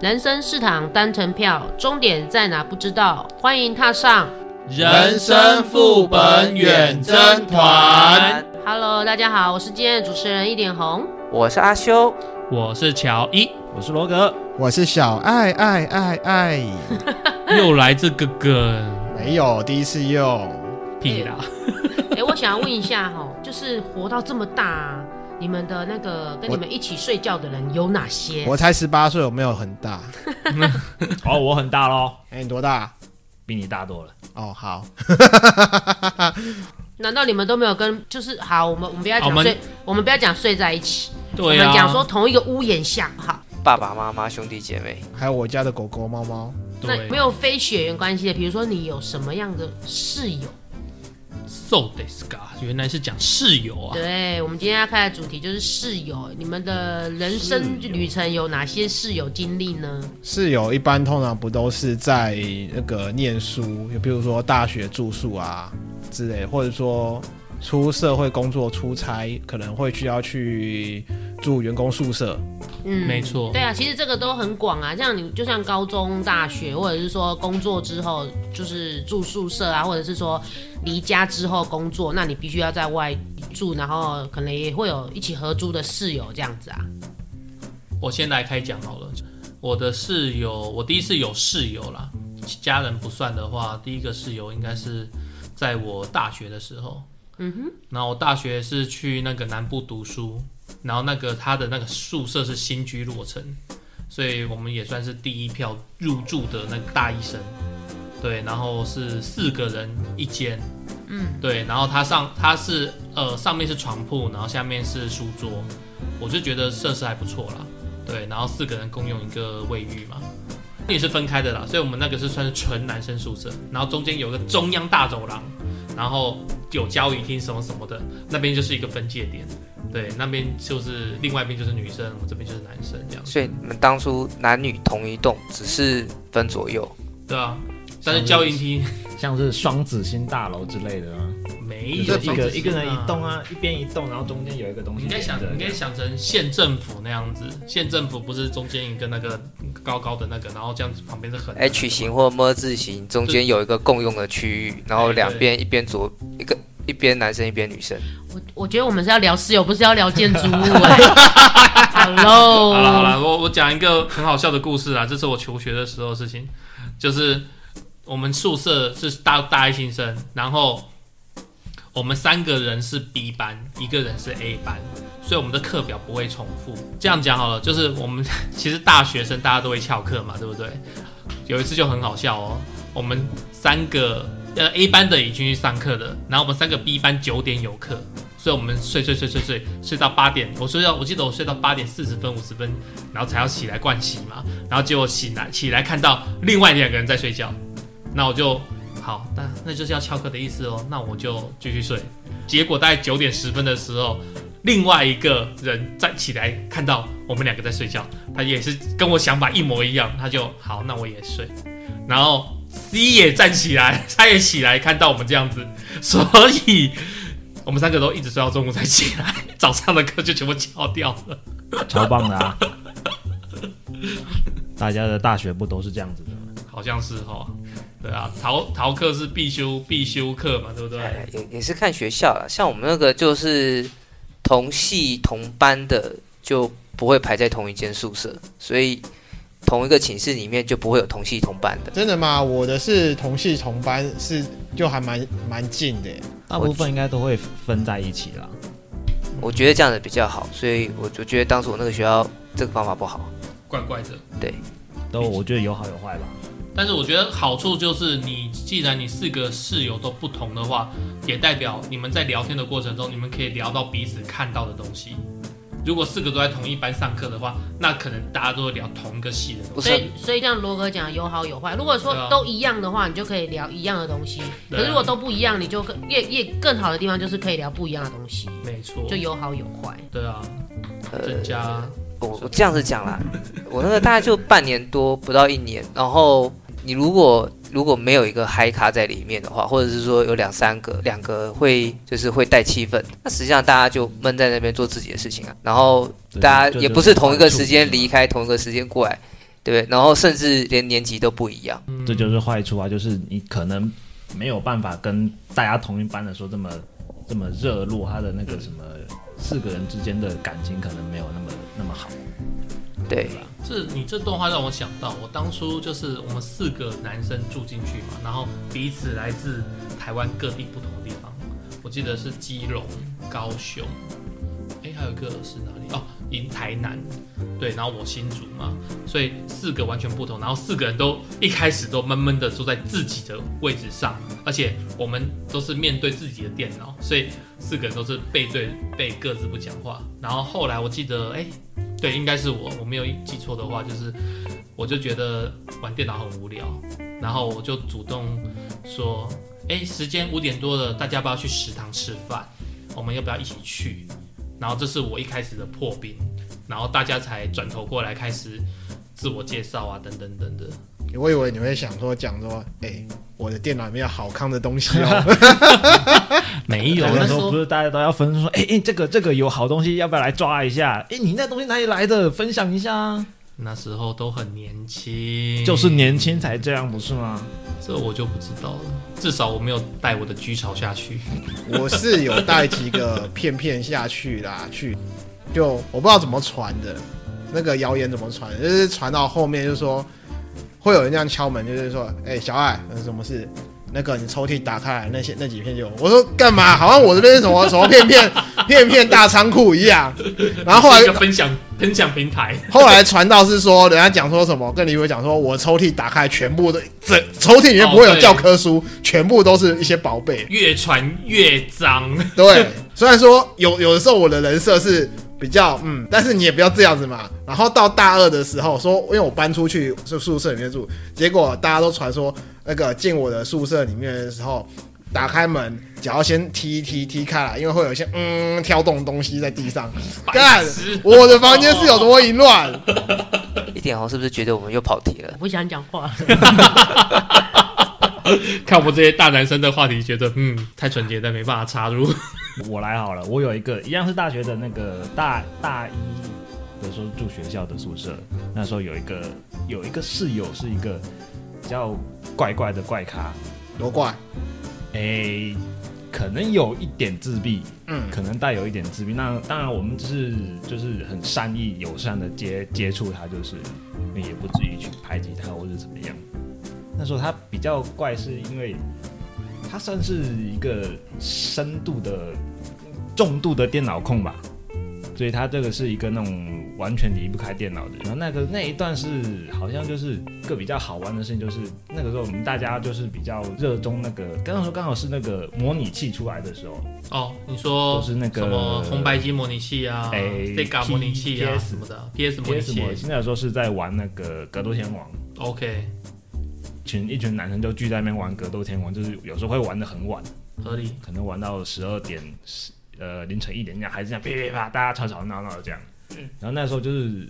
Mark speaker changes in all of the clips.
Speaker 1: 人生是堂单程票，终点在哪不知道，欢迎踏上。
Speaker 2: 人生副本远征团，
Speaker 1: Hello，大家好，我是今天的主持人一点红。
Speaker 3: 我是阿修，
Speaker 2: 我是乔伊，
Speaker 4: 我是罗格，
Speaker 5: 我是小爱爱爱爱，
Speaker 1: 哎
Speaker 2: 又来这个梗
Speaker 5: 没有第一次用，
Speaker 2: 屁啦！
Speaker 1: 哎、我想要问一下哈，就是活到这么大、啊你们的那个跟你们一起睡觉的人有哪些？
Speaker 5: 我才十八岁，有没有很大？
Speaker 1: 哎
Speaker 4: 哦，我很大喽，
Speaker 5: 哎、你多大？
Speaker 4: 比你大多了。
Speaker 5: 哦，好，
Speaker 1: 难道你们都没有跟？就是好，我们我们不要
Speaker 2: 我
Speaker 1: 讲
Speaker 2: 们
Speaker 1: 睡，我们不要讲睡在一起，
Speaker 2: 对
Speaker 1: 我
Speaker 2: 啊，
Speaker 1: 们讲说同一个屋檐下，好，
Speaker 3: 爸爸妈妈、兄弟姐妹，
Speaker 5: 还有我家的狗狗、猫猫，
Speaker 1: 那
Speaker 2: 对，
Speaker 1: 没有非血缘关系的，比如说你有什么样的室友？
Speaker 2: so d i s c a 原来是讲室友啊，
Speaker 1: 对，我们今天要开的主题就是室友，你们的人生旅程有哪些室友经历呢？
Speaker 5: 室友一般通常不都是在那个念书，比如说大学住宿啊之类，或者说出社会工作出差，可能会需要去住员工宿舍。
Speaker 1: 嗯，
Speaker 2: 没错
Speaker 1: 对啊，其实这个都很广啊，像你就像高中、大学，或者是说工作之后，就是住宿舍啊，或者是说离家之后工作，那你必须要在外住，然后可能也会有一起合租的室友这样子啊。
Speaker 2: 我先来开讲好了。我的室友，我第一次有室友啦，家人不算的话，第一个室友应该是在我大学的时候。嗯哼。然后我大学是去那个南部读书，然后那个他的那个宿舍是新居落成，所以我们也算是第一票入住的那个大一生。对，然后是四个人一间。嗯。对，然后他上他是呃上面是床铺，然后下面是书桌，我就觉得设施还不错啦。对，然后四个人共用一个卫浴嘛，也是分开的啦，所以我们那个是算是纯男生宿舍，然后中间有一个中央大走廊，然后有交易厅什么什么的，那边就是一个分界点，对，那边就是另外一边就是女生，我这边就是男生这样，
Speaker 3: 所以你们当初男女同一栋，只是分左右。
Speaker 2: 对啊，但是交易厅
Speaker 4: 像是双子星大楼之类的啊，
Speaker 2: 没
Speaker 4: 就
Speaker 2: 有
Speaker 4: 是一个一个人一栋
Speaker 2: 啊。
Speaker 4: 啊，一边一栋，然后中间有一个东
Speaker 2: 你
Speaker 4: 西
Speaker 2: 应该
Speaker 4: 连着
Speaker 2: 想，
Speaker 4: 这样。
Speaker 2: 你应该想成县政府那样子，县政府不是中间一个那个高高的那个，然后这样子旁边是横的
Speaker 3: H 型或么字型中间有一个共用的区域，然后两边一边左一个一边男生一边女生。
Speaker 1: 我我觉得我们是要聊室友，不是要聊建筑物、 欸。Hello，
Speaker 2: 好了好，了，我我讲一个很好笑的故事啊，这是我求学的时候的事情，就是我们宿舍是大大一新生，然后我们三个人是 B 班，一个人是 A 班，所以我们的课表不会重复。这样讲好了，就是我们 其实大学生大家都会翘课嘛，对不对？有一次就很好笑哦，我们三个呃 A 班的已经去上课了，然后我们三个 B 班九点有课，所以我们睡睡睡睡睡睡到八点，我睡到我记得我睡到八点四十分五十分，然后才要起来盥洗嘛，然后结果醒来起来看到另外两个人在睡觉，那我就好，那那就是要翘课的意思哦，那我就继续睡。结果大概九点十分的时候，另外一个人站起来看到我们两个在睡觉，他也是跟我想法一模一样，他就好，那我也睡。然后 C 也站起来，他也起来看到我们这样子，所以我们三个都一直睡到中午才起来， 早上的课就全部翘掉了。
Speaker 4: 超棒的啊！大家的大学不都是这样子的吗？
Speaker 2: 好像是哈、对啊，逃逃课是必修必修课嘛，对不对？
Speaker 3: 哎也也是看学校啦，像我们那个就是同系同班的就不会排在同一间宿舍，所以同一个寝室里面就不会有同系同班的。
Speaker 5: 真的吗？我的是同系同班，是就还蛮蛮近的耶。
Speaker 4: 大部分应该都会分在一起啦。
Speaker 3: 我觉得这样子比较好，所以我就觉得当时我那个学校这个方法不好。
Speaker 2: 怪怪的。
Speaker 4: 都我觉得有好有坏吧。
Speaker 2: 但是我觉得好处就是你，既然你四个室友都不同的话，也代表你们在聊天的过程中，你们可以聊到彼此看到的东西。如果四个都在同一班上课的话，那可能大家都会聊同一个系的东西。
Speaker 3: 不
Speaker 1: 所
Speaker 3: 是
Speaker 1: 以所以这样罗哥讲有好有坏。如果
Speaker 2: 对啊
Speaker 1: 说都一样的话，你就可以聊一样的东西；可
Speaker 2: 对啊
Speaker 1: 是如果都不一样，你就更越越更好的地方就是可以聊不一样的东西，
Speaker 2: 没错，
Speaker 1: 就有好有坏。
Speaker 2: 对啊，
Speaker 3: 呃
Speaker 2: 增，加
Speaker 3: 我我这样子讲啦，我那个大概就半年多，不到一年。然后你如果如果没有一个嗨咖在里面的话，或者是说有两三个，两个会就是会带气氛，那实际上大家就闷在那边做自己的事情啊。然后
Speaker 4: 对
Speaker 3: 大家
Speaker 4: 这
Speaker 3: 也
Speaker 4: 就
Speaker 3: 不是同一个时
Speaker 4: 好
Speaker 3: 间
Speaker 4: 处
Speaker 3: 离开，同一个时间过来，对不对？然后甚至连年级都不一样。
Speaker 4: 这就是坏处啊，就是你可能没有办法跟大家同一班的时候这么这么热络，他的那个什么四个人之间的感情可能没有那么那么好。
Speaker 3: 对，
Speaker 2: 这你这段话让我想到，我当初就是我们四个男生住进去嘛，然后彼此来自台湾各地不同的地方，我记得是基隆、高雄，哎，还有一个是哪里？哦，银台南，对，然后我新竹嘛，所以四个完全不同，然后四个人都一开始都闷闷的坐在自己的位置上，而且我们都是面对自己的电脑，所以四个人都是背对背各自不讲话，然后后来我记得，哎。对，应该是我，我没有记错的话，就是我就觉得玩电脑很无聊，然后我就主动说，哎，时间五点多了，大家要不要去食堂吃饭？我们要不要一起去？然后这是我一开始的破冰，然后大家才转头过来开始自我介绍啊，等等等等。
Speaker 5: 我以为你会想说讲说，哎、我的电脑里面有好康的东西哦，
Speaker 2: 没有，
Speaker 4: 有
Speaker 2: 那时
Speaker 4: 的时候
Speaker 2: 候
Speaker 4: 不是大家都要分说，哎、哎、这个这个有好东西，要不要来抓一下？哎、你那东西哪里来的？分享一下啊！
Speaker 2: 那时候都很年轻，
Speaker 4: 就是年轻才这样，不是吗？
Speaker 2: 这我就不知道了，至少我没有带我的居巢下去。
Speaker 5: 我是有带几个片片下去啦，去就我不知道怎么传的，那个谣言怎么传，就是传到后面就是说会有人这样敲门，就是说，哎、小艾，有什么事？那个你抽屉打开来，那些那几片就有我说干嘛？好像我这边是什么什么片片片片大仓库一样。然后 后
Speaker 2: 是一
Speaker 5: 来
Speaker 2: 个分享分享平台，
Speaker 5: 后来传到是说，人家讲说什么，跟李伟讲说，我抽屉打开全部的整抽屉里面不会有教科书，全部都是一些宝贝。
Speaker 2: 越传越脏。
Speaker 5: 对，虽然说有有的时候我的人设是比较嗯，但是你也不要这样子嘛。然后到大二的时候说，因为我搬出去就宿舍里面住，结果大家都传说那个进我的宿舍里面的时候。打开门，脚要先踢一踢，踢开来，因为会有一些嗯跳动东西在地上。干
Speaker 2: 白痴，
Speaker 5: 我的房间是有多淫乱，
Speaker 3: 一点红是不是觉得我们又跑题了
Speaker 1: 我？不想讲话了。
Speaker 2: 看我们这些大男生的话题，觉得嗯太纯洁但没办法插入。
Speaker 4: 我来好了，我有一个一样是大学的那个大大一的时候住学校的宿舍，那时候有一个有一个室友是一个比较怪怪的怪咖，
Speaker 5: 多怪。
Speaker 4: 诶、哎可能有一点自闭，
Speaker 5: 嗯
Speaker 4: 可能带有一点自闭。那当然，我们就是就是很善意友善的接接触他，就是也不至于去排挤他或者怎么样。那时候他比较怪，是因为他算是一个深度的重度的电脑控吧，所以他这个是一个那种完全离不开电脑的人。然后那个那一段是好像就是一个比较好玩的事情，就是那个时候我们大家就是比较热衷那个，刚刚说刚好是那个模拟器出来的时候，
Speaker 2: 哦，你说
Speaker 4: 就是那个
Speaker 2: 什么红白机模拟器啊、
Speaker 4: 哎
Speaker 2: Sega 模拟器啊
Speaker 4: PS
Speaker 2: 什么的，PS 模拟
Speaker 4: PS
Speaker 2: 器
Speaker 4: 模。现在说是在玩那个格斗天王，
Speaker 2: OK，
Speaker 4: 群一群男生就聚在那边玩格斗天王，就是有时候会玩的很晚，
Speaker 2: 合理。
Speaker 4: 可能玩到十二点，十呃凌晨一点这样，还是这样噼里啪啦，大家吵吵闹闹的这样。然后那时候就是，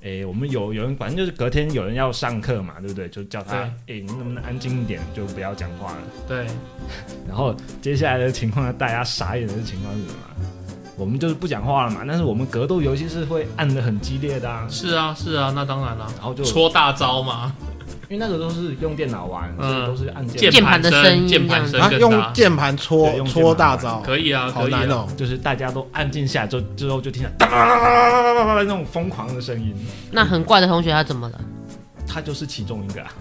Speaker 4: 诶、我们有有人，反正就是隔天有人要上课嘛，对不对？就叫他，诶、你能不能安静一点，就不要讲话了。
Speaker 2: 对，
Speaker 4: 然后接下来的情况，大家傻眼的情况是什么啊？我们就是不讲话了嘛，但是我们格斗游戏是会按的很激烈的啊。
Speaker 2: 是啊，是啊，那当然啦、
Speaker 4: 然后就
Speaker 2: 戳大招嘛，
Speaker 4: 因为那个都是用电脑玩，
Speaker 2: 嗯
Speaker 4: 所以都是按键，
Speaker 1: 键盘
Speaker 2: 盘
Speaker 1: 的
Speaker 2: 声，
Speaker 1: 声
Speaker 2: 键
Speaker 1: 音
Speaker 2: 盘
Speaker 1: 这
Speaker 2: 声
Speaker 5: 啊，
Speaker 2: 更
Speaker 5: 用
Speaker 2: 大。
Speaker 5: 键盘戳
Speaker 4: 对用键盘
Speaker 5: 戳大招，
Speaker 2: 可以啊，
Speaker 5: 好
Speaker 2: 可以
Speaker 5: 难
Speaker 2: 啊。
Speaker 5: 哦。
Speaker 4: 就是大家都按静下来之后，之后就听到哒哒哒哒哒那种疯狂的声音。
Speaker 1: 那很怪的同学他怎么了？
Speaker 4: 他就是其中一个、啊，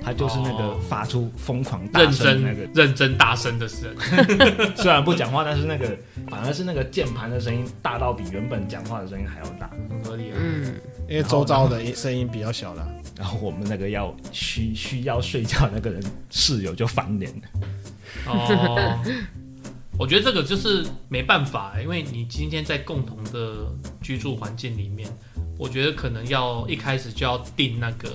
Speaker 4: 他就是那个
Speaker 2: 哦
Speaker 4: 发出疯狂大
Speaker 2: 认
Speaker 4: 声
Speaker 2: 真
Speaker 4: 的那个，
Speaker 2: 认真大声的声，
Speaker 4: 虽然不讲话，但是那个反而是那个键盘的声音大到比原本讲话的声音还要大。
Speaker 2: 很合理啊。
Speaker 1: 嗯，
Speaker 5: 因为周遭的
Speaker 2: 啊
Speaker 5: 声音比较小啦。
Speaker 4: 然后我们那个要需需要睡觉的那个人室友就翻脸了，
Speaker 2: 哦，我觉得这个就是没办法，因为你今天在共同的居住环境里面，我觉得可能要一开始就要定那个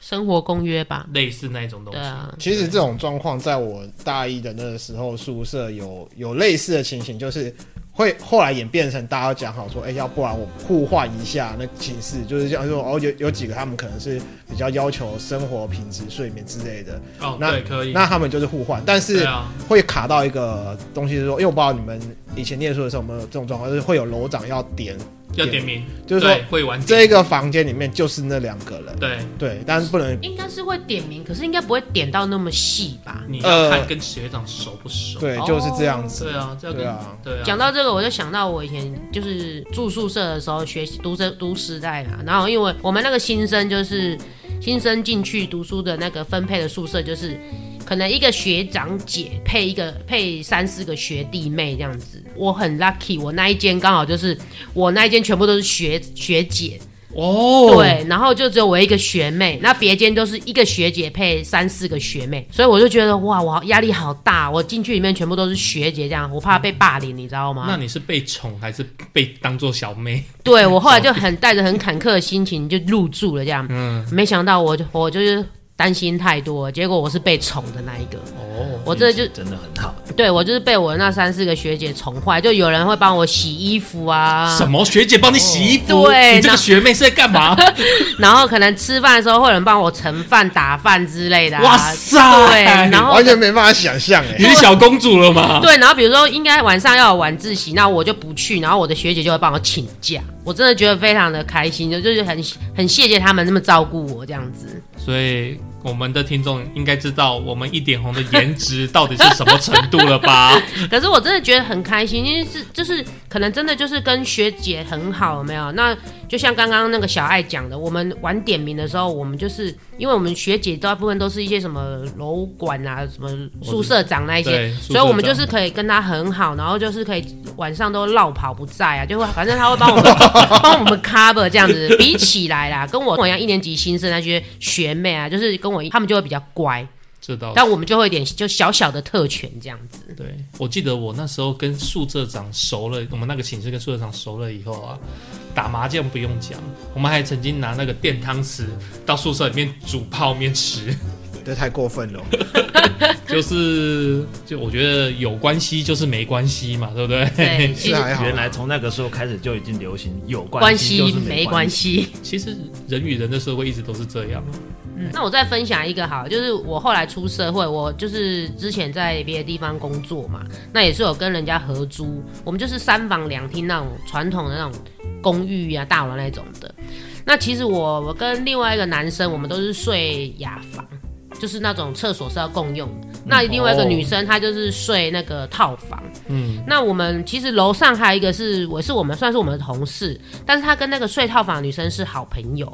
Speaker 1: 生活公约吧。
Speaker 2: 类似那种东
Speaker 1: 对
Speaker 2: 西。
Speaker 1: 啊，
Speaker 5: 其实这种状况，在我大一的那个时候，宿舍有有类似的情形，就是会后来演变成大家讲好说，哎、要不然我互换一下那寝室，就是这样说。哦，有有几个他们可能是比较要求生活品质、睡眠之类的，
Speaker 2: 哦，
Speaker 5: 那
Speaker 2: 对，可以。
Speaker 5: 那他们就是互换，但
Speaker 2: 对
Speaker 5: 是
Speaker 2: 啊，
Speaker 5: 会卡哎到一个东西，是说，因为我不知道你们以前念书的时候有没有这种状况，就是会有楼长要点
Speaker 2: 要点名，
Speaker 5: 就是说
Speaker 2: 对会玩
Speaker 5: 这个房间里面就是那两个人，
Speaker 2: 对，
Speaker 5: 对，但是不能
Speaker 1: 应该是会点名，可是应该不会点到那么细吧？
Speaker 2: 你要看跟学长熟不熟。
Speaker 5: 呃对
Speaker 1: 哦，
Speaker 5: 就是这样子。
Speaker 2: 对啊，这要跟
Speaker 5: 对啊
Speaker 2: 对啊，
Speaker 1: 讲到这个，我就想到我以前就是住宿舍的时候学习读生读时代啦，然后因为我们那个新生就是新生进去读书的那个分配的宿舍，就是可能一个学长姐配一个配三四个学弟妹这样子。我很 lucky，我那一间刚好就是我那一间全部都是学学姐，
Speaker 2: 哦，
Speaker 1: 对，然后就只有我一个学妹，那别间都是一个学姐配三四个学妹，所以我就觉得哇，我压力好大，我进去里面全部都是学姐，这样我怕被霸凌，你知道吗？
Speaker 2: 那你是被宠还是被当做小妹？
Speaker 1: 对我后来
Speaker 2: 哦
Speaker 1: 就很带着很坎坷的心情就入住了，这样，
Speaker 2: 嗯
Speaker 1: 没想到我就我就是担心太多，结果我是被宠的那一个，
Speaker 2: 哦，
Speaker 1: 我这就
Speaker 4: 真的很好，
Speaker 1: 对我就是被我那三四个学姐宠坏，就有人会帮我洗衣服啊，
Speaker 2: 什么学姐帮你洗衣服？
Speaker 1: 对
Speaker 2: 你这
Speaker 1: 那
Speaker 2: 个学妹是在干 嘛？
Speaker 1: 然后可能吃饭的时候会有人帮我盛饭打饭之类的、啊，
Speaker 2: 哇塞哎
Speaker 1: 对，然后
Speaker 5: 完全没办法想象哎、
Speaker 2: 你是小公主了吗？
Speaker 1: 对，然后比如说应该晚上要有晚自习，那我就不去，然后我的学姐就会帮我请假，我真的觉得非常的开心，就就是很很谢谢他们那么照顾我这样子。
Speaker 2: 所以我们的听众应该知道我们一点红的颜值到底是什么程度了 吧？
Speaker 1: 可是我真的觉得很开心，因为是就是可能真的就是跟学姐很好，有没有？那就像刚刚那个小爱讲的，我们玩点名的时候，我们就是因为我们学姐大部分都是一些什么楼管啊、什么宿舍长那一些，
Speaker 2: 对，
Speaker 1: 所以我们就
Speaker 2: 宿舍
Speaker 1: 是可以跟他很好，然后就是可以晚上都绕跑不在啊，就会反正他会帮我们 帮我们 cover 这样子。比起来啦，跟我跟我一样一年级新生那些学妹啊，就是跟我一他们就会比较乖，
Speaker 2: 长知道。
Speaker 1: 但我们就会有点就小小的特权这样子。
Speaker 2: 对，我记得我那时候跟宿舍长熟了，我们那个寝室跟宿舍长熟了以后啊，打麻将不用讲，我们还曾经拿那个电汤匙到宿舍里面煮泡面 吃，
Speaker 5: 这太过分了。
Speaker 2: 就是就我觉得有关系就是没关系嘛，对不对？
Speaker 1: 对，其
Speaker 5: 是
Speaker 1: 实
Speaker 5: 还好，啊
Speaker 4: 原来从那个时候开始就已经流行有
Speaker 1: 关
Speaker 4: 系就是
Speaker 1: 没
Speaker 4: 关
Speaker 1: 关。系。嗯
Speaker 2: 其实人与人的社会一直都是这样，
Speaker 4: 嗯
Speaker 1: 那我再分享一个好了，就是我后来出社会，我就是之前在别的地方工作嘛，那也是有跟人家合租，我们就是三房两厅那种传统的那种公寓啊、大楼那种的。那其实我我跟另外一个男生，我们都是睡雅房，就是那种厕所是要共用的。那另外一个女生她就是睡那个套房。
Speaker 2: 嗯，
Speaker 1: 那我们其实楼上还有一个是我是我们算是我们的同事，但是她跟那个睡套房的女生是好朋友。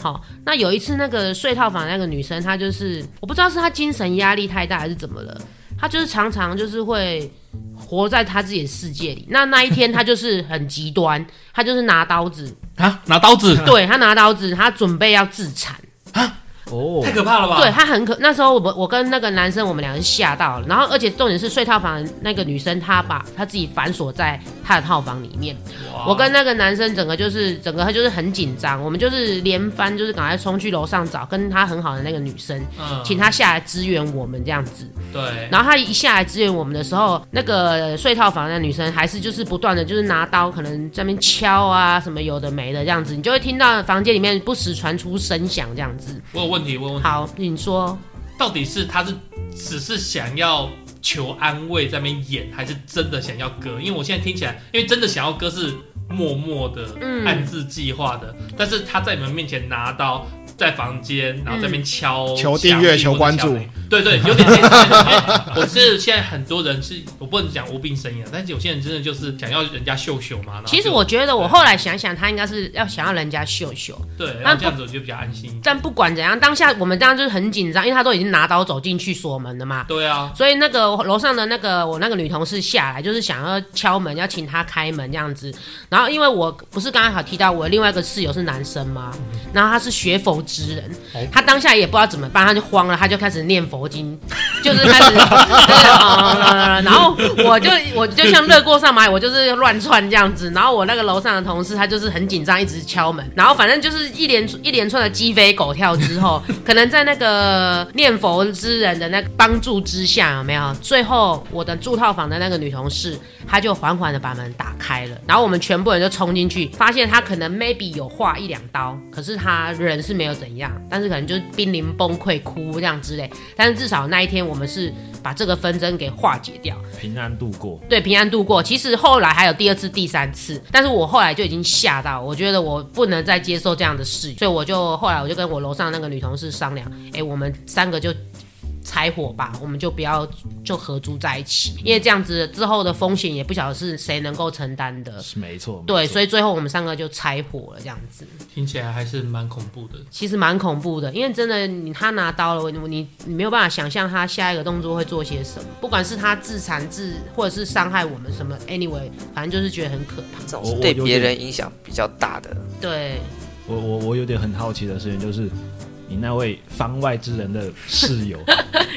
Speaker 1: 好，那有一次那个睡套房那个女生，她就是我不知道是她精神压力太大还是怎么了，她就是常常就是会活在她自己的世界里。那那一天她就是很极端，她就是拿刀子，
Speaker 2: 啊，拿刀子，
Speaker 1: 对她拿刀子，她准备要自残。
Speaker 4: 哦
Speaker 2: 太，可怕了吧？
Speaker 1: 对，他很可，那时候我我跟那个男生，我们两个是吓到了。然后，而且重点是睡套房的那个女生，她把她自己反锁在她的套房里面。
Speaker 2: 哇
Speaker 1: 我跟那个男生整个就是整个他就是很紧张，我们就是连番就是赶快冲去楼上找跟他很好的那个女生，
Speaker 2: 嗯
Speaker 1: 请她下来支援我们这样子。
Speaker 2: 对，
Speaker 1: 然后他一下来支援我们的时候，那个睡套房的女生还是就是不断的就是拿刀，可能在那边敲啊什么有的没的这样子，你就会听到房间里面不时传出声响这样子。
Speaker 2: 我有问题，我有问题，
Speaker 1: 好，你说。
Speaker 2: 到底是他是只是想要求安慰在那边演，还是真的想要割？因为我现在听起来，因为真的想要割是默默的、
Speaker 1: 嗯
Speaker 2: 暗自计划的，但是他在你们面前拿刀。在房间，然后在那边敲、
Speaker 5: 求订阅
Speaker 2: 墙壁
Speaker 5: 求关注
Speaker 2: 或者敲门，对对，有点类似。因为我是现在很多人是，我不能讲无病呻吟啊，但是有些人真的就是想要人家秀秀嘛。然后就
Speaker 1: 其实我觉得，我后来想想，他应该是要想要人家秀秀，
Speaker 2: 对，然
Speaker 1: 但
Speaker 2: 后
Speaker 1: 不
Speaker 2: 这样子我就比较安心一点。
Speaker 1: 但不管怎样，当下我们当然就是很紧张，因为他都已经拿刀走进去锁门了嘛。
Speaker 2: 对啊，
Speaker 1: 所以那个楼上的那个我那个女同事下来，就是想要敲门，要请他开门这样子。然后因为我不是刚刚好提到我另外一个室友是男生吗？然后他是学佛之人
Speaker 2: 哦，
Speaker 1: 他当下也不知道怎么办，他就慌了，他就开始念佛经，就是开始，就是呃然后我就我就像热锅上蚂蚁，我就是乱窜这样子。然后我那个楼上的同事他就是很紧张，一直敲门，然后反正就是一连一连串的鸡飞狗跳之后，可能在那个念佛之人的那个帮助之下，有没有？最后我的住套房的那个女同事，她就缓缓的把门打开了，然后我们全部人就冲进去，发现她可能 maybe 有划一两刀，可是她人是没有怎样，但是可能就是濒临崩溃哭这样之类，但但是至少那一天我们是把这个纷争给化解掉，
Speaker 4: 平安度过。
Speaker 1: 对，平安度过。其实后来还有第二次、第三次，但是我后来就已经吓到，我觉得我不能再接受这样的事，所以我就后来我就跟我楼上那个女同事商量，哎，我们三个就。拆伙吧，我们就不要就合租在一起，因为这样子之后的风险也不晓得是谁能够承担的。
Speaker 4: 是没错，
Speaker 1: 对，
Speaker 4: 以
Speaker 1: 所以最后我们三个就拆伙了，这样子
Speaker 2: 听起来还是蛮恐怖的。
Speaker 1: 其实蛮恐怖的，因为真的你他拿刀了，你你你没有办法想象他下一个动作会做些什么，不管是他自残自或者是伤害我们什么，anyway，反正就是觉得很可怕。
Speaker 3: 这种
Speaker 4: 我
Speaker 3: 是
Speaker 4: 我
Speaker 3: 对
Speaker 4: 有
Speaker 3: 别
Speaker 4: 点
Speaker 3: 人影响比较大的。
Speaker 1: 对，，
Speaker 4: 我我我有点很好奇的事情就是，你那位方外之人的室 友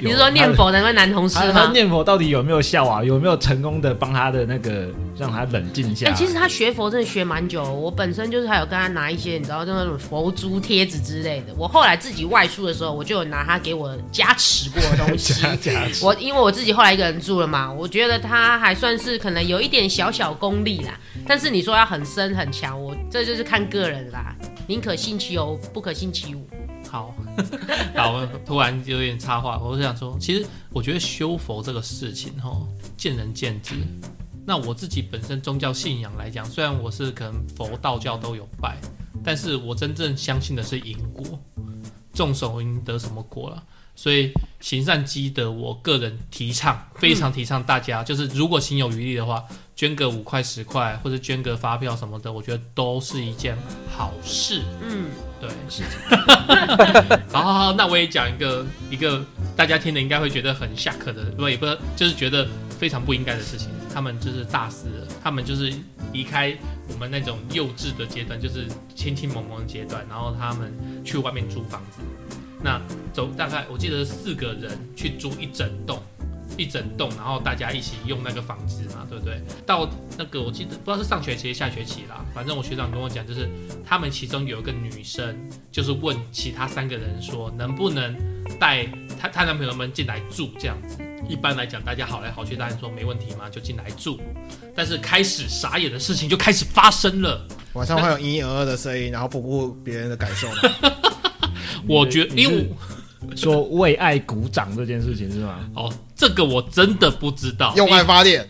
Speaker 1: 你是说念佛的那位男同事
Speaker 4: 他的？他他
Speaker 1: 吗？
Speaker 4: 念佛到底有没有效啊？有没有成功的帮他的那个让他冷静下
Speaker 1: 哎、
Speaker 4: 来？
Speaker 1: 其实他学佛真的学蛮久，我本身就是还有跟他拿一些你知道就那种佛珠贴纸之类的。我后来自己外出的时候，我就有拿他给我加持过的东 西。
Speaker 4: 假假
Speaker 1: 我因为我自己后来一个人住了嘛，我觉得他还算是可能有一点小小功力啦。但是你说要很深很强，我这就是看个人啦，宁可信其有，不可信其无。
Speaker 2: 好， 好，我突然有点插话，我是想说，其实我觉得修佛这个事情哦，见仁见智。那我自己本身宗教信仰来讲，虽然我是可能佛、道教都有拜，但是我真正相信的是因果，众所应得什么果了。所以行善积德，我个人提倡，非常提倡大家，就是如果行有余力的话，捐个五块、十块，或者捐个发票什么的，我觉得都是一件好事。
Speaker 1: 嗯，
Speaker 2: 对，
Speaker 4: 是
Speaker 2: 好 好好，那我也讲一个一个大家听了应该会觉得很下课的，不也不就是觉得非常不应该的事情。他们就是大四了，他们就是离开我们那种幼稚的阶段，就是亲亲萌萌的阶段，然后他们去外面租房子。那走大概我记得是四个人去租一整栋，一整栋，然后大家一起用那个房子嘛，对不对？到那个我记得不知道是上学期还是下学期啦，反正我学长跟我讲，就是他们其中有一个女生，就是问其他三个人说能不能带她她男朋友们进来住这样子。一般来讲，大家好来好去，大家说没问题吗？就进来住。但是开始傻眼的事情就开始发生了。
Speaker 5: 晚上会有一而二的声音，然后不顾别人的感受嘛。
Speaker 2: 我觉
Speaker 5: 嗯
Speaker 4: 你
Speaker 2: 因为
Speaker 4: 说为爱鼓掌这件事情是吗？
Speaker 2: 我哦，这个我真的不知道。
Speaker 5: 用爱发电，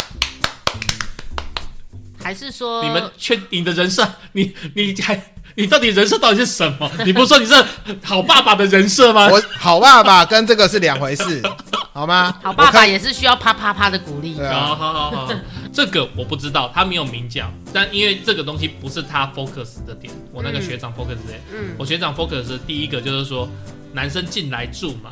Speaker 1: 还是说
Speaker 2: 你们确你的人设，你你还你到底人设到底是什么？你不是说你是好爸爸的人设吗？
Speaker 5: 我好爸爸跟这个是两回事， 好吗？
Speaker 1: 好爸
Speaker 5: 我看
Speaker 1: 爸也是需要啪啪啪的鼓励
Speaker 5: 对？啊
Speaker 2: 好，好好好， 这个我不知道，他没有明讲，但因为这个东西不是他 focus 的点，我那个
Speaker 1: 嗯
Speaker 2: 学长 focus 的点，
Speaker 1: 嗯，
Speaker 2: 我学长 focus 的第一个就是说，男生进来住嘛，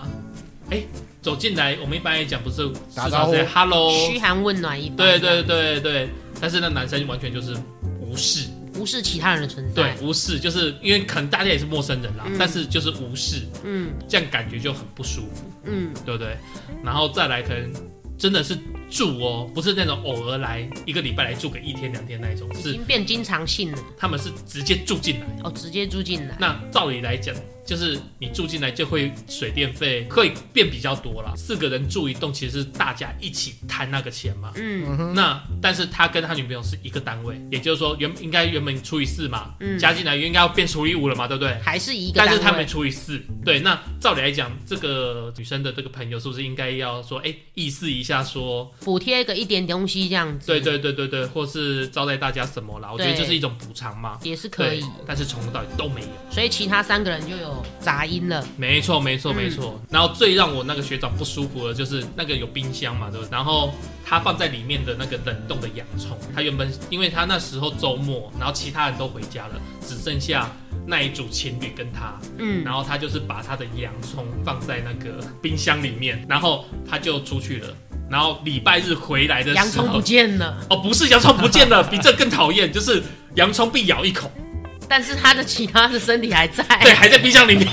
Speaker 2: 哎、走进来，我们一般来讲不是
Speaker 5: 打招呼
Speaker 2: h e l l o
Speaker 1: 嘘寒问暖一般，
Speaker 2: 对对，对对，但是那男生完全就是无视，
Speaker 1: 无视其他人的存
Speaker 2: 对
Speaker 1: 在。
Speaker 2: 无视，就是因为可能大家也是陌生人啦，
Speaker 1: 嗯
Speaker 2: 但是就是无视，
Speaker 1: 嗯
Speaker 2: 这样感觉就很不舒服。
Speaker 1: 嗯
Speaker 2: 对不对？然后再来可能真的是住哦，不是那种偶尔来一个礼拜来住个一天两天那一种，
Speaker 1: 已
Speaker 2: 是
Speaker 1: 经变经常性了，
Speaker 2: 他们是直接住进来。
Speaker 1: 哦，直接住进来。
Speaker 2: 那照理来讲，就是你住进来就会水电费会变比较多啦。四个人住一栋，其实是大家一起摊那个钱嘛。
Speaker 1: 嗯
Speaker 2: 那但是他跟他女朋友是一个单位，也就是说原应该原本除以四嘛，
Speaker 1: 嗯，
Speaker 2: 加进来应该要变除以五了嘛，对不对？
Speaker 1: 还是一个
Speaker 2: 但
Speaker 1: 单
Speaker 2: 是
Speaker 1: 位，
Speaker 2: 他们除以四，对，那照理来讲，这个女生的这个朋友是不是应该要说，哎、意思一下说，
Speaker 1: 补贴个一点东西这样子，
Speaker 2: 对，对对对对，或是招待大家什么啦？我觉得
Speaker 1: 对
Speaker 2: 这是一种补偿嘛，
Speaker 1: 也是可
Speaker 2: 对
Speaker 1: 以。，
Speaker 2: 但是从头到尾都没有，
Speaker 1: 所以其他三个人就有杂音了。
Speaker 2: 没错没错
Speaker 1: 嗯
Speaker 2: 没错。然后最让我那个学长不舒服的就是那个有冰箱嘛，对不对？然后他放在里面的那个冷冻的洋葱，他原本因为他那时候周末，然后其他人都回家了，只剩下那一组情侣跟他，
Speaker 1: 嗯，
Speaker 2: 然后他就是把他的洋葱放在那个冰箱里面，然后他就出去了。然后礼拜日回来的时候，
Speaker 1: 洋葱不见了，
Speaker 2: 哦，不是洋葱不 见了，比这更讨厌，就是洋葱被咬一口，
Speaker 1: 但是他的其他的身体还在。啊
Speaker 2: 对，还在冰箱 里面，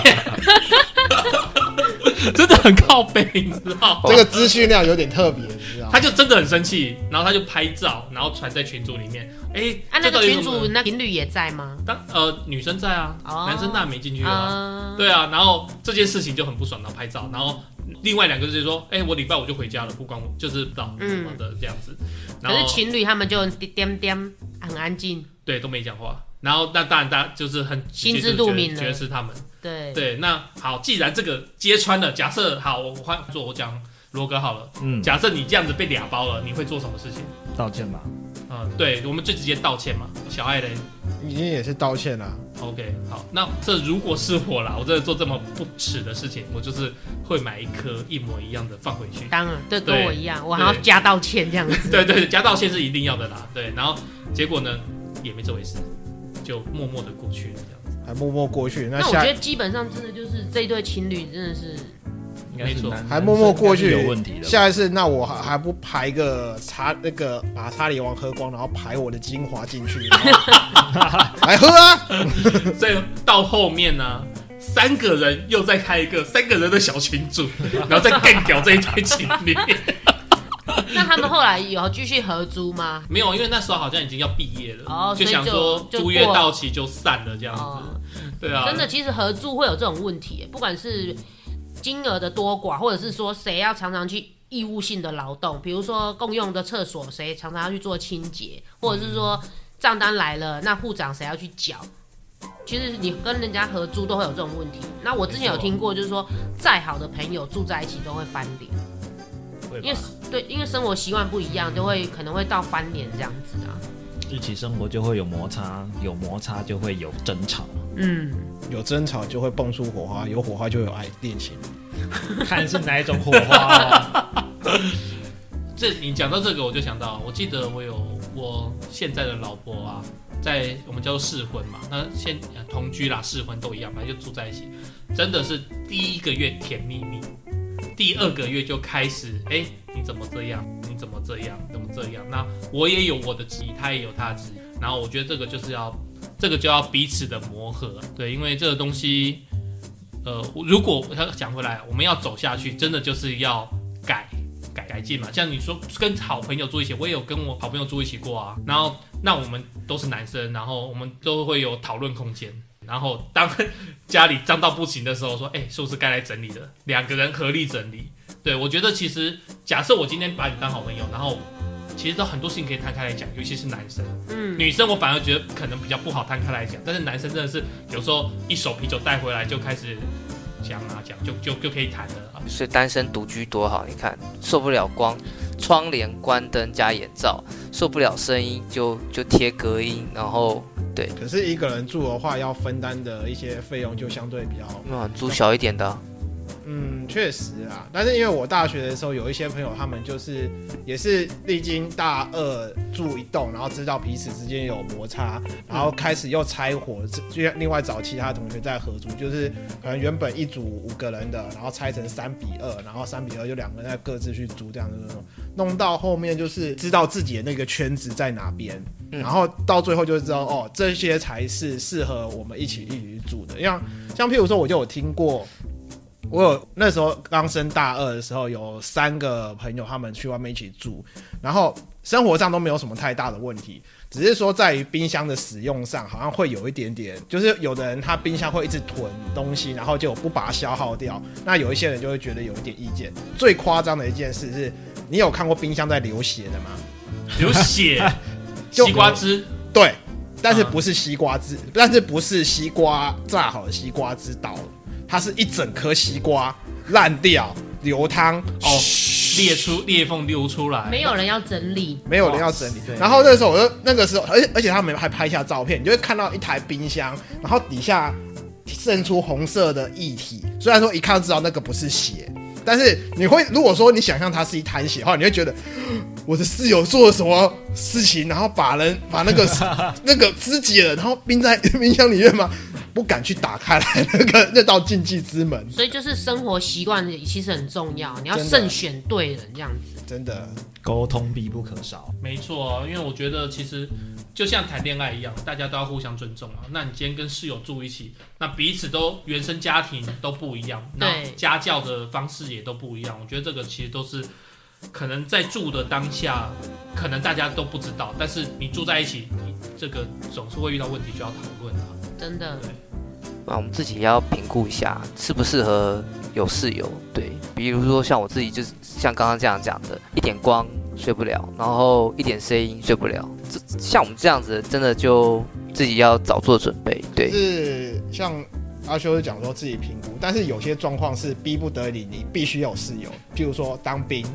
Speaker 2: 真的很靠北，你知道吗？
Speaker 5: 这个资讯量有点特别，你知道吗
Speaker 2: 他？就真的很生气，然后他就拍照，然后传在群组里面。哎，
Speaker 1: 啊，那
Speaker 2: 这到
Speaker 1: 个
Speaker 2: 底有
Speaker 1: 群
Speaker 2: 什
Speaker 1: 主
Speaker 2: 么
Speaker 1: 那情侣也在吗？
Speaker 2: 当呃女生在啊，
Speaker 1: 哦
Speaker 2: 男生那没进去啊。
Speaker 1: 啊，
Speaker 2: 对啊，然后这件事情就很不爽，然后拍照，然后另外两个就是说，哎、我礼拜五就回家了，不关我，就是到什么的这样子，然
Speaker 1: 嗯可是
Speaker 2: 后
Speaker 1: 情侣他们就点点点，很安静。
Speaker 2: 对都没讲话，然后那当然大家就是很
Speaker 1: 心
Speaker 2: 直接
Speaker 1: 知
Speaker 2: 就
Speaker 1: 肚
Speaker 2: 觉得
Speaker 1: 明了
Speaker 2: 觉得是他们。
Speaker 1: 对
Speaker 2: 对，那好，既然这个揭穿了，假设好，我换做我讲罗哥好了，
Speaker 4: 嗯，
Speaker 2: 假设你这样子被俩包了，你会做什么事情？
Speaker 4: 道歉吧。
Speaker 2: 嗯，对，我们最直接道歉嘛。小爱嘞
Speaker 5: 你也是道歉啦、
Speaker 2: ，OK，好，那这如果是我啦，我真的做这么不耻的事情，我就是会买一颗一模一样的放回去。
Speaker 1: 当然，对，跟
Speaker 2: 对
Speaker 1: 我一样，我还要
Speaker 2: 对
Speaker 1: 加道歉这样子。
Speaker 2: 对对，加道歉是一定要的啦。对，然后结果呢，也没这回事，就默默的过去了，这样子。
Speaker 5: 还默默过去。那
Speaker 1: 那我
Speaker 5: 下
Speaker 1: 觉得基本上真的就是这一对情侣真的是
Speaker 4: 应该
Speaker 2: 没
Speaker 4: 是
Speaker 2: 错
Speaker 4: 男
Speaker 5: 还默默过去
Speaker 4: 男生应该是有问题的吧。
Speaker 5: 下一次，那我还还不排个茶那个把茶里王喝光，然后排我的精华进去，然后 来喝啊！
Speaker 2: 所以到后面呢、三个人又再开一个三个人的小群组，然后再干掉这一对情侣。
Speaker 1: 那他们后来有继续合租吗？
Speaker 2: 没有，因为那时候好像已经要毕业了，
Speaker 1: 哦
Speaker 2: 就
Speaker 1: 所以
Speaker 2: 想
Speaker 1: 就
Speaker 2: 说
Speaker 1: 就
Speaker 2: 租约
Speaker 1: 过了
Speaker 2: 到期就散了这样子。
Speaker 1: 哦，
Speaker 2: 对啊，
Speaker 1: 真的，其实合租会有这种问题，不管是金额的多寡，或者是说谁要常常去义务性的劳动，比如说共用的厕所谁常常要去做清洁，或者是说账单来了，那户长谁要去缴。其实你跟人家合租都会有这种问题。那我之前有
Speaker 4: 没错
Speaker 1: 听过，就是说再好的朋友住在一起都会翻脸。
Speaker 4: 会吧
Speaker 1: 因为对，因为生活习惯不一样，就会可能会到翻脸这样子啊。
Speaker 4: 一起生活就会有摩擦，有摩擦就会有争吵。
Speaker 1: 嗯，
Speaker 5: 有争吵就会蹦出火花，有火花就有爱恋情。
Speaker 4: 看是哪一种火花、哦。
Speaker 2: 这你讲到这个，我就想到，我记得我有我现在的老婆啊，在我们叫做试婚嘛，那现呃同居啦、试婚都一样，反正就住在一起，真的是第一个月甜蜜蜜，第二个月就开始，哎，你怎么这样？你怎么这样？怎么这样？那我也有我的质疑，他也有他的质疑，然后我觉得这个就是要，这个就要彼此的磨合，对，因为这个东西，呃，如果要讲回来，我们要走下去，真的就是要改。改改进嘛。像你说跟好朋友住一起，我也有跟我好朋友住一起过啊。然后那我们都是男生，然后我们都会有讨论空间。然后当 家里脏到不行的时候，说：“哎、是不是该来整理了？”两个人合力整理。对我觉得其实，假设我今天把你当好朋友，然后其实都很多事情可以摊开来讲，尤其是男生。
Speaker 1: 嗯
Speaker 2: 女生我反而觉得可能比较不好摊开来讲，但是男生真的是有时候一手啤酒带回来就开始讲啊讲，就就就可以谈了啊。
Speaker 3: 所以单身独居多好，你看受不了光，窗帘、关灯加眼罩，受不了声音就就贴隔音，然后
Speaker 5: 可是一个人住的话，要分担的一些费用就相对比较，
Speaker 3: 那租小一点的啊，
Speaker 5: 嗯，确实啊。但是因为我大学的时候有一些朋友，他们就是也是历经大二住一栋，然后知道彼此之间有摩擦，然后开始又拆伙，就另外找其他同学再合租，就是可能原本一组五个人的，然后拆成三比二，然后三比二就两个人再各自去租这样子，弄到后面就是知道自己的那个圈子在哪边，
Speaker 3: 嗯
Speaker 5: 然后到最后就知道哦，这些才是适合我们一起一起去住的。像像譬如说，我就有听过。我有那时候刚升大二的时候，有三个朋友他们去外面一起住，然后生活上都没有什么太大的问题，只是说在于冰箱的使用上，好像会有一点点，就是有的人他冰箱会一直囤东西，然后就不把它消耗掉，那有一些人就会觉得有一点意见。最夸张的一件事是，你有看过冰箱在流血的吗？
Speaker 2: 流血，
Speaker 5: 就
Speaker 2: 西瓜汁，
Speaker 5: 对，但是
Speaker 2: 嗯
Speaker 5: 不是西瓜汁，但是不是西瓜炸好的西瓜汁倒了，它是一整颗西瓜烂掉流汤
Speaker 2: 哦，裂出裂缝溜出来，
Speaker 1: 没有人要整理，
Speaker 5: 没有人要整理
Speaker 4: 塞。
Speaker 5: 然后那时候我就那个时候，而且而且他们还拍下照片，你就会看到一台冰箱，然后底下渗出红色的液体。虽然说一看就知道那个不是血，但是你会如果说你想象它是一滩血的话，你会觉得我的室友做了什么事情，然后把人把那个那个肢解了，然后冰在 冰箱里面吗？不敢去打开来那个那道禁忌之门，
Speaker 1: 所以就是生活习惯其实很重要，你要
Speaker 5: 真的
Speaker 1: 慎选对人这样子。
Speaker 5: 真的。
Speaker 4: 沟通必不可少。
Speaker 2: 没错、因为我觉得其实就像谈恋爱一样，大家都要互相尊重啊。那你今天跟室友住一起，那彼此都原生家庭都不一样，那
Speaker 1: 对
Speaker 2: 家教的方式也都不一样。我觉得这个其实都是可能在住的当下，可能大家都不知道，但是你住在一起，你这个总是会遇到问题就要讨论啊。
Speaker 1: 真的，
Speaker 3: 那我们自己也要评估一下适不适合有室友。对，比如说像我自己，就是像刚刚这样讲的，一点光睡不了，然后一点声音睡不了。这像我们这样子，真的就自己要早做准备。对，
Speaker 5: 是像阿修是讲说自己评估，但是有些状况是逼不得已，你必须有室友，譬如说当兵，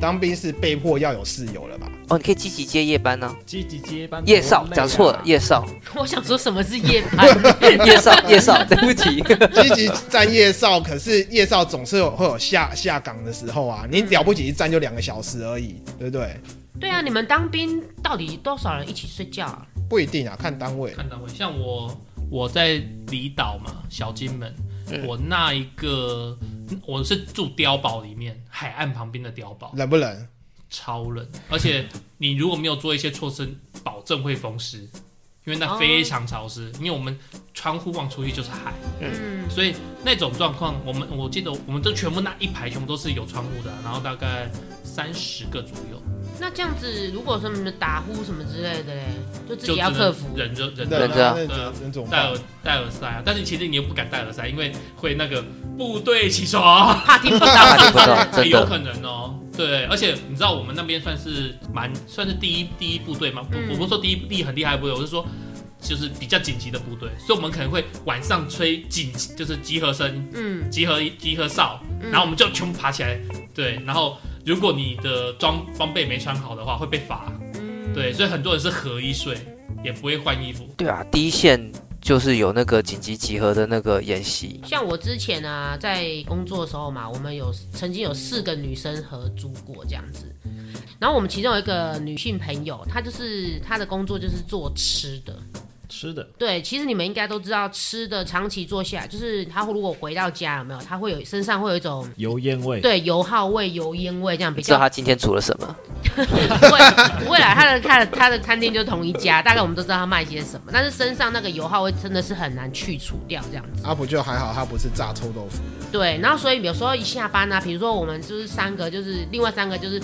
Speaker 5: 当兵是被迫要有室友了吧？
Speaker 3: 哦，你可以积极接夜班呢、
Speaker 4: 积极接班
Speaker 3: 夜少讲错了，夜少，
Speaker 1: 我想说什么是夜班？
Speaker 3: 夜少，夜少，对不起。
Speaker 5: 积极站夜哨，可是夜哨总是有会有下下岗的时候啊，你了不起一站就两个小时而已，对不对？
Speaker 1: 对啊，你们当兵到底多少人一起睡觉啊？
Speaker 5: 不一定啊，看单位。
Speaker 2: 看单位，像我我在离岛嘛，小金门，
Speaker 3: 嗯
Speaker 2: 我那一个我是住碉堡里面，海岸旁边的碉堡，
Speaker 5: 冷不冷？
Speaker 2: 超冷，而且你如果没有做一些措施，保证会风湿，因为那非常潮湿，
Speaker 1: 哦
Speaker 2: 因为我们窗户望出去就是海，
Speaker 1: 嗯，
Speaker 2: 所以那种状况，我们我记得我们都全部那一排全部都是有窗户的啊、然后大概三十个左右，
Speaker 1: 那这样子如果什么打呼什么之类的嘞，就自
Speaker 2: 就
Speaker 1: 己
Speaker 2: 只
Speaker 1: 要
Speaker 2: 能
Speaker 1: 克服。
Speaker 2: 忍着忍
Speaker 5: 冷
Speaker 2: 着
Speaker 3: 冷着啊
Speaker 5: 那那那怎么
Speaker 2: 戴
Speaker 5: 办
Speaker 2: 耳？戴耳塞啊，但是其实你又不敢戴耳塞，因为会那个部队起 床，
Speaker 1: 怕听不到。
Speaker 3: 大家听不到，
Speaker 2: 欸
Speaker 3: 真
Speaker 2: 有
Speaker 3: 的。
Speaker 2: 可能哦。对，而且你知道我们那边算是蛮算是第一第一部队吗？不，
Speaker 1: 嗯
Speaker 2: 我不是说第一第很厉害的部队，我是说就是比较紧急的部队，所以我们可能会晚上吹紧就是集合声、
Speaker 1: 嗯，
Speaker 2: 集合集合哨，
Speaker 1: 嗯
Speaker 2: 然后我们就全部爬起来。对，然后如果你的装装备没穿好的话，会被罚。
Speaker 1: 嗯，
Speaker 2: 对，所以很多人是合一睡，也不会换衣服。
Speaker 3: 对啊，第一线就是有那个紧急集合的那个演习，
Speaker 1: 像我之前啊，在工作的时候嘛，我们有曾经有四个女生合租过这样子。然后我们其中有一个女性朋友，她就是她的工作就是做吃的。
Speaker 4: 吃的
Speaker 1: 对，其实你们应该都知道，吃的长期做下来，就是她如果回到家有没有，她会有身上会有一种
Speaker 4: 油烟味，
Speaker 1: 对油耗味、油烟味这样比
Speaker 3: 知道
Speaker 1: 较
Speaker 3: 他今天煮了什么？
Speaker 1: 未未来他的他的他的餐厅就同一家，大概我们都知道他卖些什么，但是身上那个油耗味真的是很难去除掉这样子。
Speaker 5: 阿普就还好，他不是炸臭豆腐，
Speaker 1: 对，然后所以有时候一下班啊，比如说我们就是三个，就是另外三个就是。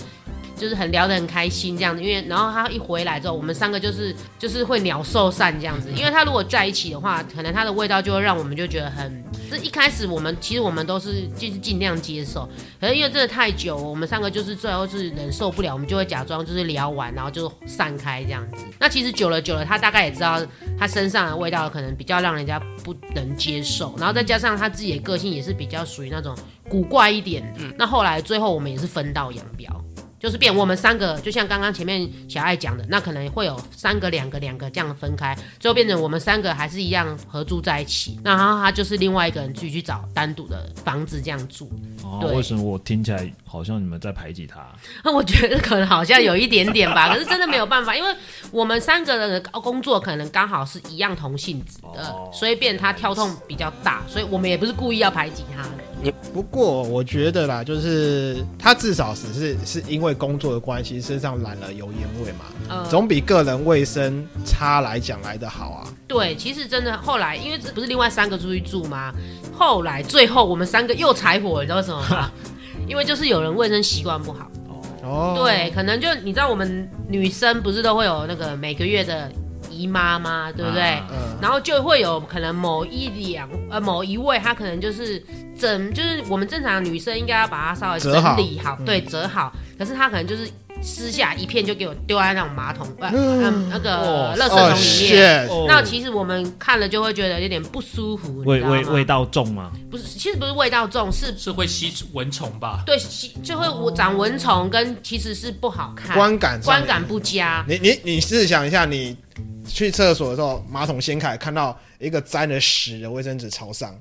Speaker 1: 就是很聊得很开心这样子，因为然后他一回来之后，我们三个就是就是会鸟兽散这样子，因为他如果在一起的话，可能他的味道就会让我们就觉得很，这一开始我们其实我们都是就是尽量接受，可是因为真的太久，我们三个就是最后是忍受不了，我们就会假装就是聊完，然后就散开这样子。那其实久了久了，他大概也知道他身上的味道可能比较让人家不能接受，然后再加上他自己的个性也是比较属于那种古怪一点。那后来最后我们也是分道扬镳，就是变我们三个，就像刚刚前面小爱讲的，那可能会有三个、两个、两个这样分开，最后变成我们三个还是一样合住在一起，然后他就是另外一个人自己去找单独的房子这样住。
Speaker 4: 哦
Speaker 1: 对
Speaker 4: 为什么我听起来好像你们在排挤他？
Speaker 1: 那我觉得可能好像有一点点吧，可是真的没有办法，因为我们三个人的工作可能刚好是一样同性质的，
Speaker 4: 哦
Speaker 1: 嗯所以变他跳痛比较大，所以我们也不是故意要排挤他的。
Speaker 5: 不过我觉得啦，就是他至少只是是因为工作的关系，身上染了油烟味嘛，
Speaker 1: 呃，
Speaker 5: 总比个人卫生差来讲来的好啊。
Speaker 1: 对，其实真的后来，因为这不是另外三个出去住吗？后来最后我们三个又柴火，你知道为什么吗？因为就是有人卫生习惯不好，
Speaker 5: 哦，
Speaker 1: 对，，可能就你知道我们女生不是都会有那个每个月的姨妈吗？对不对？
Speaker 4: 啊
Speaker 5: 嗯，
Speaker 1: 然后就会有可能某一两呃某一位，他可能就是整就是我们正常的女生应该要把它稍微整
Speaker 5: 折好
Speaker 1: 理好，
Speaker 5: 嗯
Speaker 1: 对，折好。可是他可能就是私下一片就给我丢在那种马桶呃、嗯、那个
Speaker 4: 哦
Speaker 1: 垃圾
Speaker 5: 哦
Speaker 1: 桶里面。
Speaker 5: ，shit，
Speaker 1: 那其实我们看了就会觉得有点不舒服，你
Speaker 4: 味
Speaker 1: 知道
Speaker 4: 味味
Speaker 1: 吗？
Speaker 4: 道重吗？
Speaker 1: 不是，其实不是味道重，是
Speaker 2: 是会吸蚊虫吧？
Speaker 1: 对其就会我长蚊虫，跟其实是不好看，
Speaker 5: 观感上
Speaker 1: 观感不佳。
Speaker 5: 你你你试想一下，你去厕所的时候，马桶掀开，看到一个沾了屎的卫生纸朝上，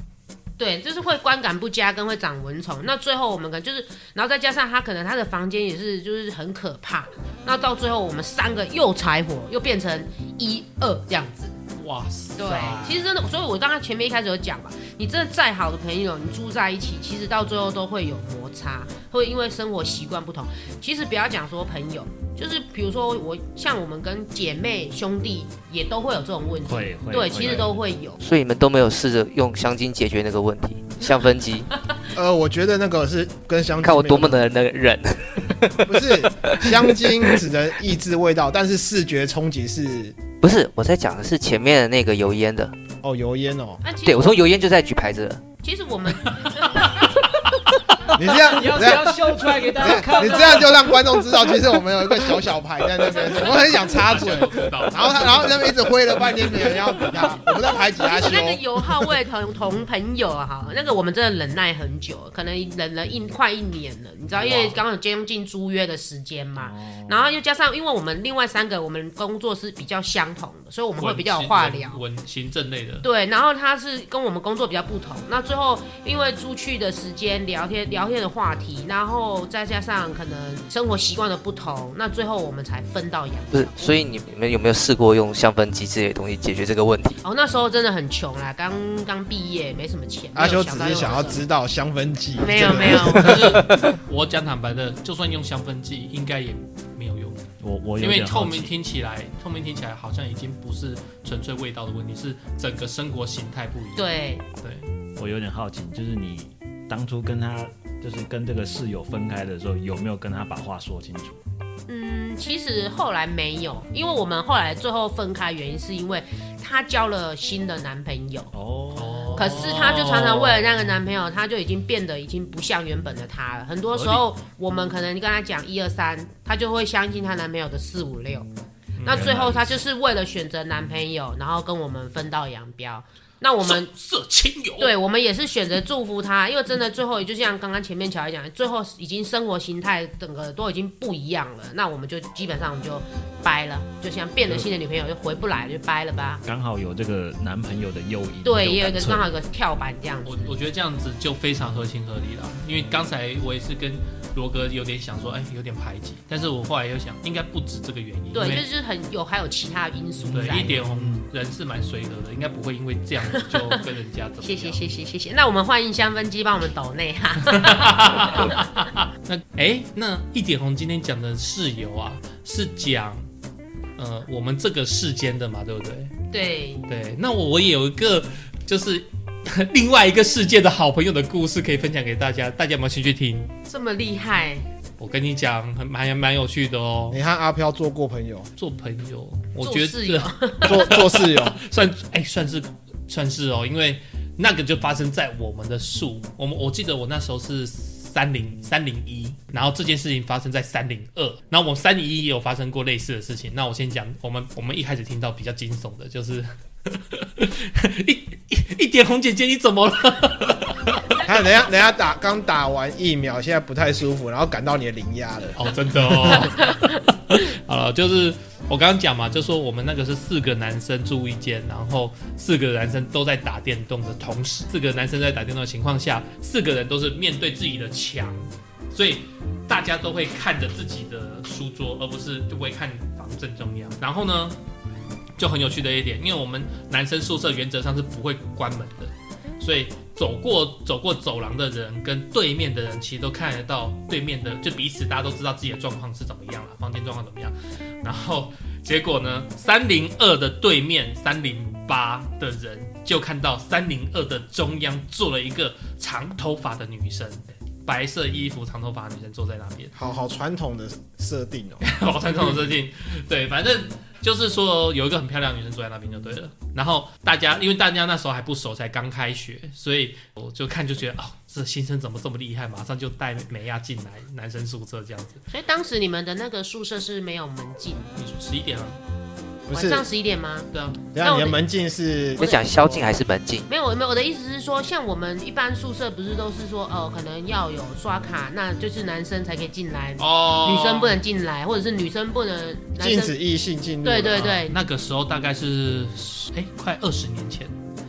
Speaker 1: 对，就是会观感不佳，跟会长蚊虫。那最后我们可能就是，然后再加上他可能他的房间也是就是很可怕。那到最后我们三个又柴火，又变成一二这样子。
Speaker 2: 哇塞！
Speaker 1: 对，其实真的，所以我刚刚前面一开始有讲嘛，你真的再好的朋友，你住在一起，其实到最后都会有摩擦，会因为生活习惯不同。其实不要讲说朋友，就是比如说我像我们跟姐妹兄弟也都会有这种问题，
Speaker 4: 会会
Speaker 1: 对，
Speaker 4: 会
Speaker 1: 其实都会有。
Speaker 3: 所以你们都没有试着用香精解决那个问题，香氛机。
Speaker 5: 呃，我觉得那个是跟香精
Speaker 3: 看我
Speaker 5: 没有
Speaker 3: 多么的那个忍。
Speaker 5: 不是香精只能抑制味道，但是视觉冲击是
Speaker 3: 不是，我在讲的是前面的那个油烟的。
Speaker 5: 哦油烟哦，
Speaker 1: 那其实
Speaker 3: 对我从油烟就在举牌子了。
Speaker 1: 其实我们
Speaker 5: 你这样，
Speaker 6: 你要
Speaker 5: 这
Speaker 6: 你
Speaker 5: 样，
Speaker 6: 要秀出来给大家看啊。
Speaker 5: 你这样就让观众知道，其实我们有一个小小牌在那边， 我们很想插嘴，然后他，然后那边一直挥了半天，没有人要理他，我们在排挤阿修
Speaker 1: 那。个油耗为了同同朋友啊，哈，那个我们真的忍耐很久，可能忍了一快一年了，你知道，因为刚好将近租约的时间嘛，
Speaker 5: 哦
Speaker 1: 然后又加上，因为我们另外三个我们工作是比较相同的，所以我们会比较有话聊。
Speaker 2: 文行政类的，
Speaker 1: 对，然后他是跟我们工作比较不同。那最后因为出去的时间、聊天、聊天的话题，然后再加上可能生活习惯的不同，那最后我们才分道扬
Speaker 3: 不
Speaker 1: 镳
Speaker 3: 是，。所以你们有没有试过用香氛机之类的东西解决这个问题？
Speaker 1: 哦，那时候真的很穷啦，刚刚毕业，没什么钱。
Speaker 5: 阿修
Speaker 1: 没有
Speaker 5: 只
Speaker 1: 到
Speaker 5: 是想要
Speaker 1: 用这
Speaker 5: 知道香氛剂，
Speaker 1: 种。没有
Speaker 5: 这个
Speaker 1: 没有，
Speaker 2: 就是我讲坦白的，就算用香氛剂，应该也没有用，
Speaker 4: 我我
Speaker 2: 因
Speaker 4: 有
Speaker 2: 为
Speaker 4: 点
Speaker 2: 透
Speaker 4: 好
Speaker 2: 明
Speaker 4: 奇，
Speaker 2: 听起来，透明听起来好像已经不是纯粹味道的问题，是整个生活形态不一样。
Speaker 1: 对，
Speaker 2: 对，
Speaker 4: 我有点好奇，就是你当初跟他，就是跟这个室友分开的时候，有没有跟他把话说清楚？
Speaker 1: 嗯，其实后来没有，因为我们后来最后分开，原因是因为她交了新的男朋友。
Speaker 4: 哦，
Speaker 1: 可是她就常常为了那个男朋友，她就已经变得已经不像原本的她了。很多时候，我们可能跟她讲一二三，她就会相信她男朋友的四五六。那最后她就是为了选择男朋友，然后跟我们分道扬镳。那我们
Speaker 2: 色亲友，
Speaker 1: 对，我们也是选择祝福她，因为真的最后，就像刚刚前面乔来讲，最后已经生活形态整个都已经不一样了。那我们就基本上我们就掰了，就像变了心的女朋友就回不来，就掰了吧。
Speaker 4: 刚好有这个男朋友的诱因，
Speaker 1: 对，
Speaker 4: 就
Speaker 1: 也有一个
Speaker 4: 干脆
Speaker 1: 刚好有个跳板这样子。
Speaker 2: 我我觉得这样子就非常合情合理了，因为刚才我也是跟罗哥有点想说，哎，有点排挤，但是我后来又想，应该不止这个原因，因
Speaker 1: 对，
Speaker 2: 为
Speaker 1: 就是很有还有其他因素
Speaker 2: 对
Speaker 1: 在。
Speaker 2: 一点红人是蛮随和的，应该不会因为这样子就跟人家怎么样。
Speaker 1: 谢谢谢谢谢谢，那我们欢迎香氛机帮我们抖内哈。
Speaker 2: 那哎，那一点红今天讲的室友啊，是讲呃我们这个世间的嘛，对不对？
Speaker 1: 对，
Speaker 2: 对，那我我也有一个就是另外一个世界的好朋友的故事可以分享给大家，大家有没有兴趣听？
Speaker 1: 这么厉害，
Speaker 2: 我跟你讲，很还蛮有趣的哦。
Speaker 5: 你和阿飘做过朋友，
Speaker 2: 做朋友，我
Speaker 1: 做
Speaker 2: 觉
Speaker 1: 室友
Speaker 2: 得
Speaker 5: 做做室友，
Speaker 2: 算哎、算是算是哦，因为那个就发生在我们的树，我们我记得我那时候是三零三零一，然后这件事情发生在三零二，然后我们三零一也有发生过类似的事情。那我先讲，我们我们一开始听到比较惊悚的，就是 一一一点红姐姐你怎么了？
Speaker 5: 他等一下等一下打刚打完疫苗，现在不太舒服，然后感到你的灵压了。
Speaker 2: 哦，真的哦。 好了，就是我刚刚讲嘛，就说我们那个是四个男生住一间，然后四个男生都在打电动的同时，四个男生在打电动的情况下，四个人都是面对自己的墙，所以大家都会看着自己的书桌，而不是就不会看房正中央。然后呢，就很有趣的一点，因为我们 男生宿舍原则上是不会关门的，所以走过走过走廊的人跟对面的人，其实都看得到对面的，就彼此大家都知道自己的状况是怎么样了，房间状况怎么样。然后结果呢，三零二的对面三零八的人就看到三零二的中央坐了一个长头发的女生，白色衣服长头发的女生坐在那边。
Speaker 5: 好好传统的设定哦，
Speaker 2: 好传统的设定，对，反正就是说有一个很漂亮的女生坐在那边就对了。然后大家因为大家那时候还不熟，才刚开学，所以我就看就觉得哦，这新生怎么这么厉害，马上就带美亚进来男生宿舍这样子。
Speaker 1: 所以当时你们的那个宿舍是没有门禁的，
Speaker 2: 你十一点了，
Speaker 5: 不
Speaker 1: 晚
Speaker 5: 是？
Speaker 1: 上十一点吗？
Speaker 2: 对啊，
Speaker 5: 等一
Speaker 1: 那
Speaker 5: 下
Speaker 1: 我
Speaker 5: 你
Speaker 1: 的
Speaker 5: 的门禁是
Speaker 3: 你讲宵禁还是门禁？
Speaker 1: 没有，没有。我的意思是说，像我们一般宿舍不是都是说，呃，可能要有刷卡，那就是男生才可以进来，
Speaker 2: 哦，
Speaker 1: 女生不能进来，或者是女生不能，男
Speaker 5: 禁
Speaker 1: 生
Speaker 5: 止异性进入。
Speaker 1: 对对对
Speaker 2: 啊那个时候大概是哎、快二十年前，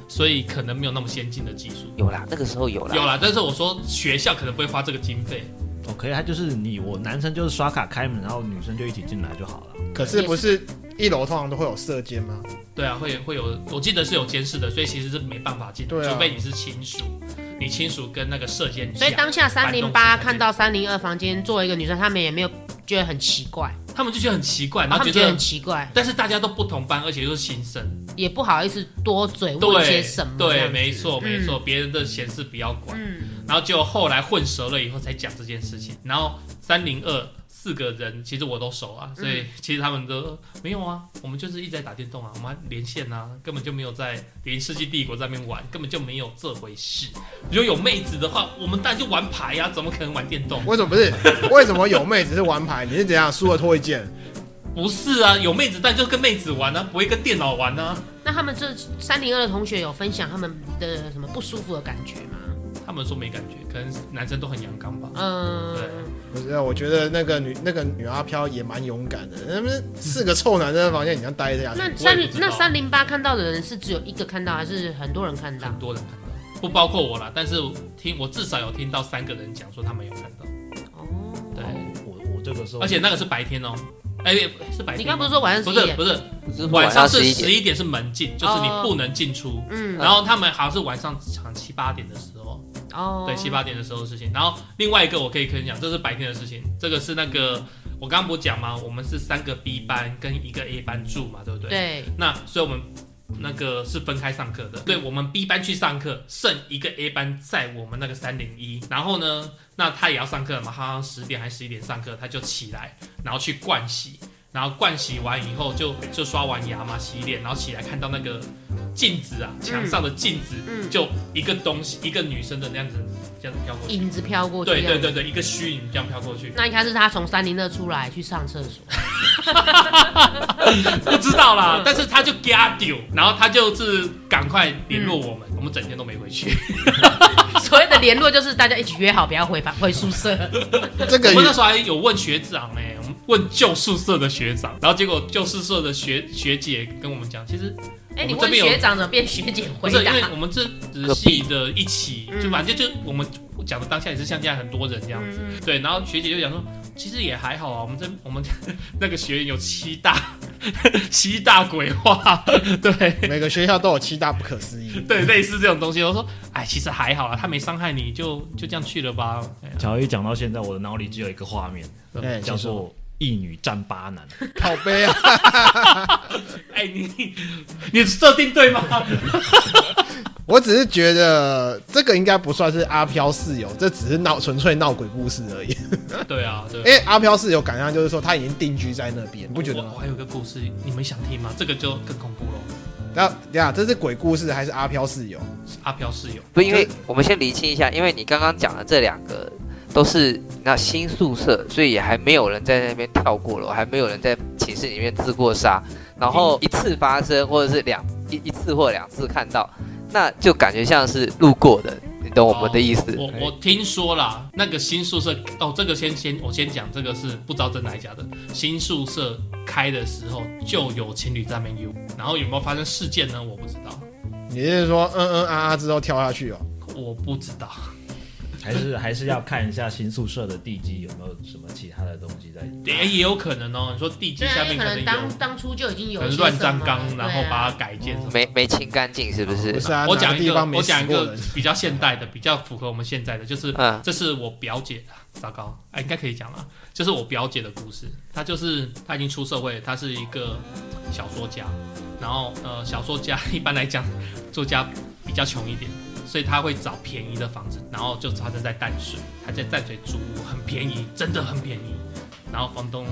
Speaker 2: 所以可能没有那么先进的技术。
Speaker 3: 有啦，那个时候有啦。
Speaker 2: 有啦，但是我说学校可能不会花这个经费，
Speaker 4: 哦，可以，他就是你我男生就是刷卡开门，然后女生就一起进来就好了。
Speaker 5: 可是不是一楼通常都会有射间吗？
Speaker 2: 对啊，会会有，我记得是有监视的，所以其实是没办法进的，
Speaker 5: 对啊
Speaker 2: 除非你是亲属，你亲属跟那个射监
Speaker 1: 所以当
Speaker 2: 啊
Speaker 1: 下三零八看到三零二房间坐一个女生，他们也没有觉得很奇怪，
Speaker 2: 他们就觉得很奇怪，然
Speaker 1: 哦他
Speaker 2: 后
Speaker 1: 们
Speaker 2: 觉
Speaker 1: 觉得
Speaker 2: 得
Speaker 1: 很，奇怪，
Speaker 2: 但是大家都不同班，而且又是新生，
Speaker 1: 也不好意思多嘴问些
Speaker 2: 对
Speaker 1: 什么。这样
Speaker 2: 对，
Speaker 1: 子
Speaker 2: 没错
Speaker 1: 嗯
Speaker 2: 没错，别人的闲事不要管，
Speaker 1: 嗯，
Speaker 2: 然后就后来混熟了以后才讲这件事情，然后三零二。四个人其实我都熟啊，所以其实他们都没有啊，我们就是一直在打电动啊，我们还连线啊，根本就没有在连《世纪帝国》在那边玩，根本就没有这回事。如果有妹子的话，我们当然就玩牌呀、啊，怎么可能玩电动？
Speaker 5: 为什么不是？为什么有妹只是玩牌？你是怎样输了脱一件？
Speaker 2: 不是啊，有妹子但就跟妹子玩啊，不会跟电脑玩啊。
Speaker 1: 那他们这三零二的同学有分享他们的什么不舒服的感觉吗？
Speaker 2: 他们说没感觉，可能男生都很阳刚吧。
Speaker 1: 嗯，
Speaker 5: 不是，我觉得那个女那个女阿飘也蛮勇敢的。那们四个臭男生在房间，你要待着呀？
Speaker 1: 那
Speaker 2: 我
Speaker 1: 三
Speaker 2: 也不知道
Speaker 1: 那三零八看到的人是只有一个看到，还是很多人看到
Speaker 2: 很？多人看到，不包括我啦，但是听我至少有听到三个人讲说他们有看到，
Speaker 1: 哦，
Speaker 2: 对，
Speaker 4: 我我这个时候，
Speaker 2: 而且那个是白天哦、哎、是白天吗。
Speaker 1: 你刚不是说晚上
Speaker 2: 不
Speaker 1: 十一
Speaker 2: 是
Speaker 1: 点？
Speaker 2: 不是
Speaker 3: 就是
Speaker 2: 晚上
Speaker 3: 上
Speaker 2: 是
Speaker 3: 一
Speaker 2: 十
Speaker 3: 点，
Speaker 2: 一点是门禁，就是你
Speaker 1: 哦
Speaker 2: 不能进出。
Speaker 1: 嗯，
Speaker 2: 然后他们好像是晚上好像七八点的时候，
Speaker 1: 哦，
Speaker 2: 对，七八点的时候的事情。然后另外一个我可以跟你讲，这是白天的事情，这个是那个我刚刚不讲吗？我们是三个 B 班跟一个 A 班住嘛，对不对？。
Speaker 1: 对，
Speaker 2: 那所以我们那个是分开上课的，对我们 B 班去上课，剩一个 A 班在我们那个三零一，然后呢，那他也要上课了嘛，他好像十点还十一点上课，他就起来，然后去盥洗，然后盥洗完以后就就刷完牙嘛，洗脸，然后起来看到那个镜子啊，墙上的镜子，
Speaker 1: 嗯，
Speaker 2: 就一个东西，一个女生的那样子，这样子飘过去。
Speaker 1: 影子飘过去。
Speaker 2: 对对。对对，一个虚影这样飘 过去，
Speaker 1: 那应该是他从三零二出来去上厕所。
Speaker 2: 不知道啦。但是他就嘎丢，然后他就是赶快联络我们，我们整天都没回去。
Speaker 1: 所谓的联络就是大家一起约好，不要回房回宿 舍。
Speaker 5: 这个
Speaker 2: 我们那
Speaker 5: 也
Speaker 2: 时候还有问学长哎、我们问旧宿舍的学长，然后结果旧宿舍的学学姐跟我们讲，其实
Speaker 1: 哎、
Speaker 2: 我们
Speaker 1: 你
Speaker 2: 这
Speaker 1: 问
Speaker 2: 边有
Speaker 1: 学长怎么变 学姐
Speaker 2: 不
Speaker 1: 回
Speaker 2: 是因
Speaker 1: 答？
Speaker 2: 为我们这仔细的一起，
Speaker 1: 嗯
Speaker 2: 就反正就我们讲的当下也是像现在很多人这样子，
Speaker 1: 嗯
Speaker 2: 对，然后学姐就讲说，其实也还好啊，我们这我们 那个学员有七大 七大鬼话，对。
Speaker 5: 每个学校都有七大不可思议。
Speaker 2: 对，类似这种东西，我说，哎，其实还好啦，他没伤害你就，就这样去了吧。哎呀
Speaker 4: 乔伊讲到现在，我的脑里只有一个画面，
Speaker 5: 哎，
Speaker 4: 叫
Speaker 5: 叫做
Speaker 4: 做一女战八男。
Speaker 5: 靠背啊，
Speaker 2: 哎、你你你设定对吗？
Speaker 5: 我只是觉得这个应该不算是阿飘室友，这只是闹纯粹闹鬼故事 而已。
Speaker 2: 对啊，对啊
Speaker 5: 因。为阿飘室友感觉上就是说他已经定居在那边，你不觉得
Speaker 2: 我
Speaker 5: 吗
Speaker 2: 我？还有一个故事，你们想听吗？这个就更恐怖了。
Speaker 5: 那等一下这是鬼故事还是阿飘室友？
Speaker 2: 是阿飘室友，
Speaker 3: 不，因为我们先厘清一下，因为你刚刚讲的这两个都是那新宿舍，所以也还没有人在那边跳过楼，还没有人在寝室里面自过杀，然后一次发生或者是两一一次或两次看到，那就感觉像是路过的，你懂我们的意思？
Speaker 2: 我
Speaker 4: 哎
Speaker 2: 我听说啦，那个新宿舍哦，这个先先我先讲，这个是不知道真的还假的。新宿舍开的时候就有情侣在那边 U，然后有没有发生事件呢？我不知道，
Speaker 5: 你是说嗯嗯啊啊之后跳下去哦？
Speaker 2: 我不知道。
Speaker 4: 还是还是要看一下新宿舍的地基有没有什么其他的东西在。
Speaker 2: 也也有可能哦，你说地基
Speaker 1: 对啊，
Speaker 2: 下
Speaker 1: 因为
Speaker 2: 面
Speaker 1: 可能当
Speaker 2: 有，
Speaker 1: 当初就已经有
Speaker 2: 可能
Speaker 1: 些
Speaker 2: 乱
Speaker 1: 什
Speaker 2: 葬
Speaker 1: 么
Speaker 2: 岗，然后
Speaker 1: 对啊
Speaker 2: 把它改建什么。
Speaker 3: 没没清干净哦是不
Speaker 5: 不
Speaker 3: 是？
Speaker 5: 是啊，
Speaker 2: 我
Speaker 5: 哪
Speaker 2: 讲
Speaker 5: 个
Speaker 2: 一
Speaker 5: 地
Speaker 2: 个
Speaker 5: 方，没
Speaker 2: 我
Speaker 5: 死
Speaker 2: 讲一
Speaker 5: 过
Speaker 2: 个
Speaker 5: 人？
Speaker 2: 比较现代的，比较符合我们现在的，就是
Speaker 3: 嗯，
Speaker 2: 这是我表姐，啊糟糕，哎，应该可以讲了，就是我表姐的故事。她就是她已经出社会，她是一个小说家，然后呃，小说家一般来讲，作家比较穷一点，所以她会找便宜的房子，然后就发生在淡水，她在淡水租屋，很便宜，真的很便宜。然后房东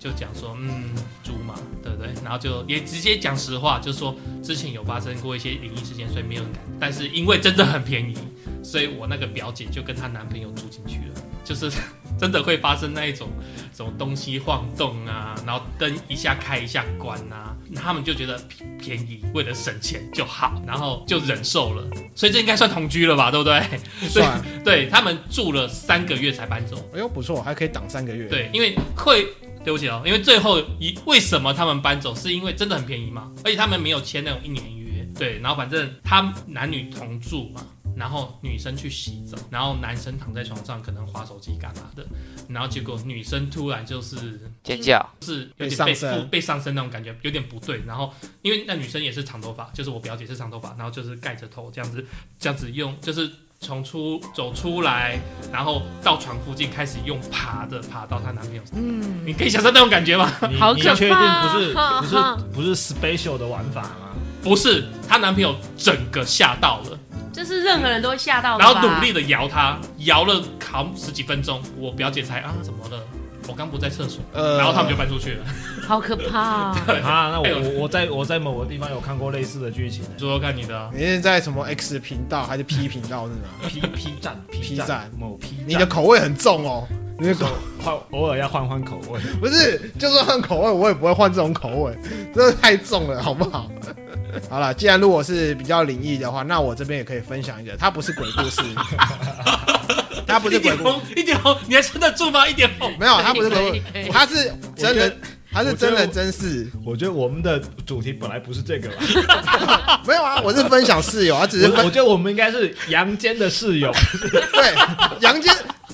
Speaker 2: 就讲说，嗯，租嘛，对不对？然后就也直接讲实话，就是说之前有发生过一些灵异事件，所以没有人敢。但是因为真的很便宜，所以我那个表姐就跟她男朋友住进去了，就是 真的会发生那一种什么东西晃动啊，然后灯一下开一下关啊，他们就觉得便便宜，为了省钱就好，然后就忍受了，所以这应该算同居了吧，对不对？对
Speaker 5: 算，
Speaker 2: 对他们住了三个月才搬走，
Speaker 5: 哎呦不错，还可以挡三个月。，
Speaker 2: 对，因为会。对不起哦，因为最后一为什么他们搬走，是因为真的很便宜嘛，而且他们没有签那种一年约，对，然后反正他们男女同住嘛，然后女生去洗澡，然后男生躺在床上可能划手机干嘛的，然后结果女生突然就是
Speaker 3: 尖叫，
Speaker 2: 是有
Speaker 5: 被
Speaker 2: 点
Speaker 5: 上
Speaker 2: 被
Speaker 5: 身
Speaker 2: 附被上身那种感觉，有点不对。然后因为那女生也是长头发，就是我表姐是长头发，然后就是盖着头这样子，这样子用就是。从出走出来，然后到床附近开始用爬的爬到她男朋友，嗯，你可以想象那种感觉吗？
Speaker 4: 你
Speaker 1: 好
Speaker 4: 你
Speaker 1: 可
Speaker 4: 确定
Speaker 1: 怕
Speaker 4: 不是
Speaker 1: 啊
Speaker 4: 不
Speaker 1: 哈
Speaker 4: 是不是 special 的玩法吗？
Speaker 2: 不是，她男朋友整个吓到了，
Speaker 1: 这是任何人都会吓到的
Speaker 2: 然
Speaker 1: 吧。
Speaker 2: 后努力的摇她，摇了好像十几分钟，我表姐才啊怎么了？我刚不在厕所，
Speaker 5: 呃，
Speaker 2: 然后他们就搬出去了。
Speaker 1: 好可 怕、哦！
Speaker 4: 啊，那
Speaker 2: 哎呦
Speaker 4: 我我我在我在某个地方有看过类似的剧情
Speaker 2: 说说看你的啊、
Speaker 5: 你是在什么 X 频道还是 P 频道那种？
Speaker 4: ，P P 站
Speaker 5: P 站
Speaker 4: 某 P 站，
Speaker 5: 你的口味很重哦，你的口
Speaker 4: 换偶尔要换换口味。
Speaker 5: 不是，就算换口味，我也不会换这种口味， 真的太重了，好不好？ 好了，既然如果是比较灵异的话，那我这边也可以分享一个，它不是鬼故事，它不是
Speaker 2: 一
Speaker 5: 鬼
Speaker 2: 点
Speaker 5: 故
Speaker 2: 红，一点红，你还撑得住吗？一点红，
Speaker 5: 没有，它不是鬼
Speaker 1: 可以可
Speaker 5: 故
Speaker 1: 以
Speaker 5: 它是真
Speaker 4: 我觉
Speaker 5: 人
Speaker 4: 得，
Speaker 5: 它是真人真事，
Speaker 4: 我觉得我们的主题本来不是这个啦，
Speaker 5: 没有啊，我是分享室友，它只是
Speaker 4: 我
Speaker 5: 分
Speaker 4: 我觉得我们应该是阳间的室友，
Speaker 5: 对阳间。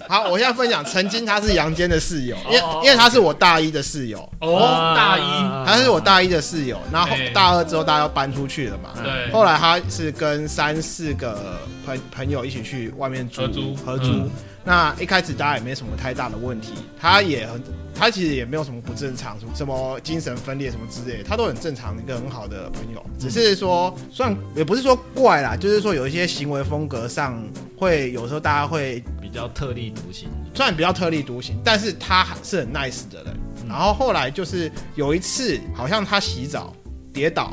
Speaker 5: 好，我现在分享，曾经他是阳间的室友，因为
Speaker 2: 哦
Speaker 5: 因为他是我大一的室友，
Speaker 2: 哦，大一，
Speaker 4: 啊
Speaker 5: 他是我大一的室友，然后
Speaker 2: 哎
Speaker 5: 大二之后大家要搬出去了嘛，
Speaker 2: 对，
Speaker 5: 后来他是跟三四个朋朋友一起去外面租
Speaker 2: 合租
Speaker 5: 合租
Speaker 2: 嗯
Speaker 5: 那一开始大家也没什么太大的问题，他也很，他其实也没有什么不正常，什么精神分裂什么之类的，他都很正常，一个很好的朋
Speaker 2: 嗯
Speaker 5: 友。只是说，算也不是说怪啦，就是说有一些行为风格上会有时候大家会
Speaker 4: 比较特立独行，
Speaker 5: 虽然比较特立独行，但是他还是很 nice 的人。
Speaker 4: 嗯
Speaker 5: 然后后来就是有一次，好像他洗澡跌倒，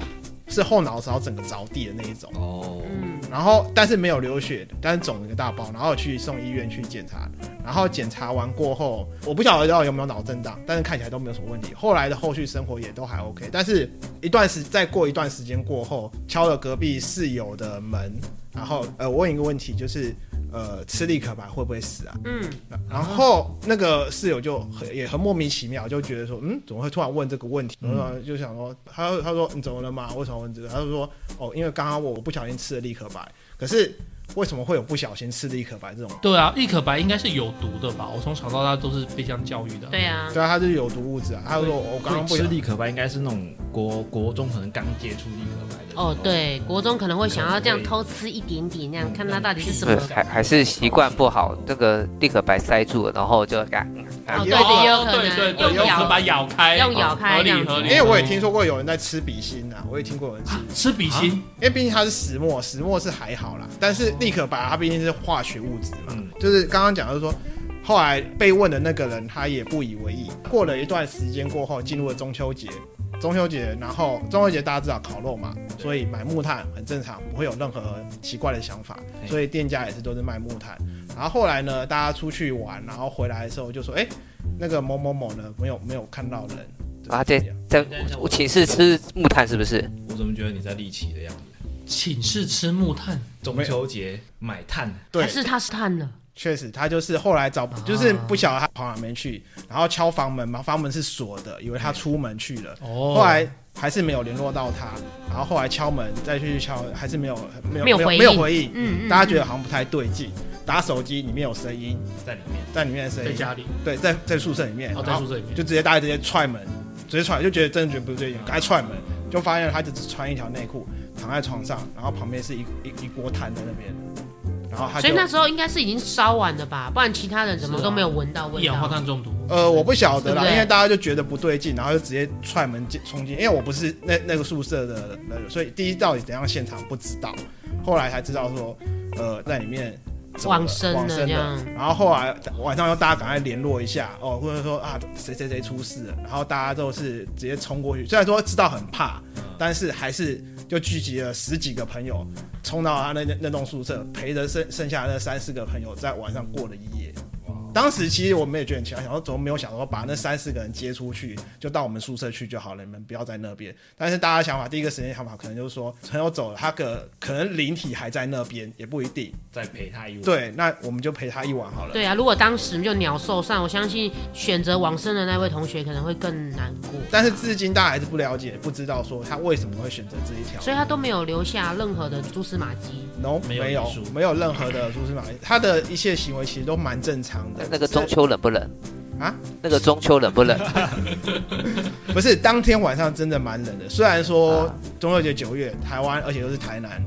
Speaker 5: 是后脑勺整个着地的那一种。
Speaker 4: 哦
Speaker 1: 嗯，
Speaker 5: 然后但是没有流血，但是肿了一个大包，然后去送医院去检查，然后检查完过后，我不晓得有没有脑震荡，但是看起来都没有什么问题。后来的后续生活也都还 OK，但是一段时再过一段时间过后，敲了隔壁室友的门，然后呃，我问一个问题，就是呃，吃力可白会不会死啊？
Speaker 1: 嗯，
Speaker 5: 然后那个室友就很也很莫名其妙，就觉得说，嗯，怎么会突然问这个问题？
Speaker 4: 嗯
Speaker 5: 然后就想说，他他说你嗯怎么了嘛？为什么问这个？他就说，哦，因为刚刚我我不小心吃了立可白，可是为什么会有不小心吃立可白这种？
Speaker 2: 对啊，立可白应该是有毒的吧？我从小到大都是被这样教育的。
Speaker 1: 对啊，
Speaker 5: 对啊，他就是有毒物质啊。他就说我刚刚不
Speaker 4: 吃
Speaker 5: 小
Speaker 4: 立可白应该是那种国国中可能刚接触立可白的时候
Speaker 1: 哦，对，国中可能会想要这样偷吃一点点，这样看它到底是什么
Speaker 3: 对，。还还是习惯不好，这个立可白塞住了，然后就啊
Speaker 1: 哦，
Speaker 5: 也
Speaker 1: 对
Speaker 5: 有
Speaker 1: 的，也有可
Speaker 2: 对对
Speaker 1: 能
Speaker 2: 对，
Speaker 1: 用
Speaker 2: 用
Speaker 1: 咬
Speaker 2: 可把咬开，
Speaker 1: 用咬开
Speaker 2: 合
Speaker 1: 这样
Speaker 2: 理
Speaker 1: 子
Speaker 2: 合理。
Speaker 5: 因为我也听说过有人在吃笔芯啊，我也听过有人吃，
Speaker 2: 吃比心，
Speaker 5: 因为毕竟它是石墨，石墨是还好啦，但是立可白它毕竟是化学物质嘛，
Speaker 4: 嗯
Speaker 5: 就是刚刚讲的是说，后来被问的那个人他也不以为意。过了一段时间过后，进入了中秋节，中秋节，然后中秋节大家知道烤肉嘛，所以买木炭很正常，不会有任何奇怪的想法，
Speaker 4: 嘿
Speaker 5: 所以店家也是都是卖木炭。然后后来呢，大家出去玩，然后回来的时候就说，哎、那个某某某呢，没有没有看到人。
Speaker 3: 啊这在我寝室吃木炭是不是？
Speaker 4: 我怎么觉得你在立奇的样子？
Speaker 2: 寝室吃木炭，
Speaker 4: 中秋节买炭，
Speaker 5: 对
Speaker 1: 还，是它是碳了，
Speaker 5: 确实，他就是后来找，就是不晓得他跑哪边去，然后敲房门嘛，房门是锁的，以为他出门去了，
Speaker 2: 哦
Speaker 5: 后来还是没有联络到他，然后后来敲门再去敲，还是没有没有
Speaker 1: 没有回应
Speaker 5: 没有回应，
Speaker 1: 嗯嗯，
Speaker 5: 大家觉得好像不太对劲，打手机里面有声音，
Speaker 4: 在里面，
Speaker 5: 在里面的声
Speaker 2: 在
Speaker 5: 音，
Speaker 2: 家里，
Speaker 5: 对，在在宿舍里面，
Speaker 2: 哦，
Speaker 5: 然
Speaker 2: 在
Speaker 5: 后
Speaker 2: 宿舍里面，
Speaker 5: 哎就直接大家直接踹门，直接踹，就觉得真的觉得不对劲，赶快踹门，就发现他只穿一条内裤躺在床上，然后旁边是一一一锅炭在那边，然后他就
Speaker 1: 所以那时候应该是已经烧完了吧，不然其他人怎么都没有闻到
Speaker 2: 一
Speaker 1: 味
Speaker 2: 氧化
Speaker 1: 道。
Speaker 2: 碳中毒。
Speaker 5: 呃，我不晓得
Speaker 1: 对
Speaker 5: 啦，
Speaker 1: 不对
Speaker 5: 因为大家就觉得不对劲，然后就直接踹门进冲进，因为我不是那那个宿舍的人，所以第一到底怎样现场不知道，后来才知道说，呃，在里面走了
Speaker 1: 往生了
Speaker 5: 往生
Speaker 1: 这
Speaker 5: 了
Speaker 1: 样，
Speaker 5: 然后后来晚上又大家赶快联络一下哦，或者说啊谁谁谁出事了，然后大家都是直接冲过去，虽然说知道很怕，但是还是就聚集了十几个朋友冲到他那那那栋宿舍，陪着剩剩下那三四个朋友在晚上过了一夜。当时其实我们也觉得很奇怪，想说怎么没有想说把那三四个人接出去，就到我们宿舍去就好了，你们不要在那边。但是大家想法，第一个时间想法可能就是说，朋友走了，他可可能灵体还在那边，也不一定。
Speaker 4: 再陪他一晚。
Speaker 5: 对，那我们就陪他一晚好了。
Speaker 1: 对啊，如果当时就鸟兽散，我相信选择往生的那位同学可能会更难过。
Speaker 5: 但是至今大家还是不了解，不知道说他为什么会选择这一条。
Speaker 1: 所以他都没有留下任何的蛛丝马迹。
Speaker 5: no,
Speaker 4: 没有
Speaker 5: 没有
Speaker 4: 遗书
Speaker 5: 没有任何的蛛丝马迹，他的一切行为其实都蛮正常的。
Speaker 3: 那个
Speaker 5: 只是
Speaker 3: 中秋冷不冷
Speaker 5: 啊？
Speaker 3: 那个中秋冷不冷？
Speaker 5: 不是当天晚上真的蛮冷的，虽然说
Speaker 3: 啊
Speaker 5: 中秋节九月台湾，而且又是台南，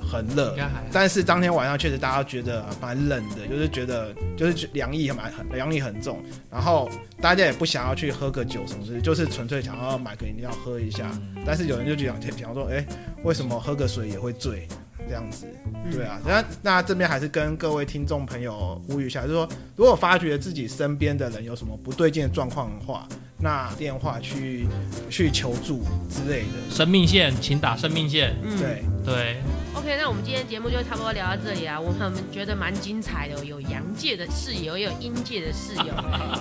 Speaker 5: 很热
Speaker 2: 应该还好，
Speaker 5: 但是当天晚上确实大家觉得蛮冷的，就是觉得就是凉意蛮很凉意很重，然后大家也不想要去喝个酒什么之类，就是纯粹想要买个饮料喝一下。但是有人就讲，比方说，哎、为什么喝个水也会醉？这样子。对啊，那那这边还是跟各位听众朋友呼吁一下，就是说，如果发觉自己身边的人有什么不对劲的状况的话，那电话去去求助之类的。
Speaker 2: 生命线，请打生命线。
Speaker 1: 嗯，
Speaker 5: 对，
Speaker 2: 对，
Speaker 1: OK，那我们今天节目就差不多聊到这里啊。我们觉得蛮精彩的，有阳界的室友，也有阴界的室友。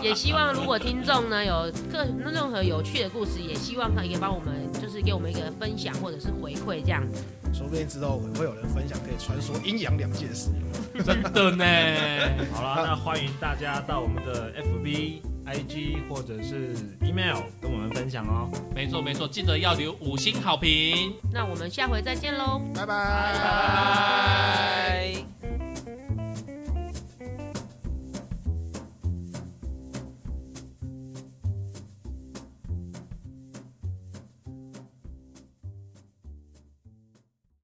Speaker 1: 也希望如果听众呢有各任何有趣的故事，也希望可以帮我们，就是给我们一个分享或者是回馈这样子。
Speaker 5: 说不定之后会有人分享可以传说阴阳两界的事。
Speaker 2: 真的呢。
Speaker 4: 好啦，那欢迎大家到我们的 FB、IG 或者是 email 跟我们分享哦。
Speaker 2: 没错没错，记得要留五星好评。
Speaker 1: 那我们下回再见喽。
Speaker 5: 拜拜。
Speaker 2: 拜拜。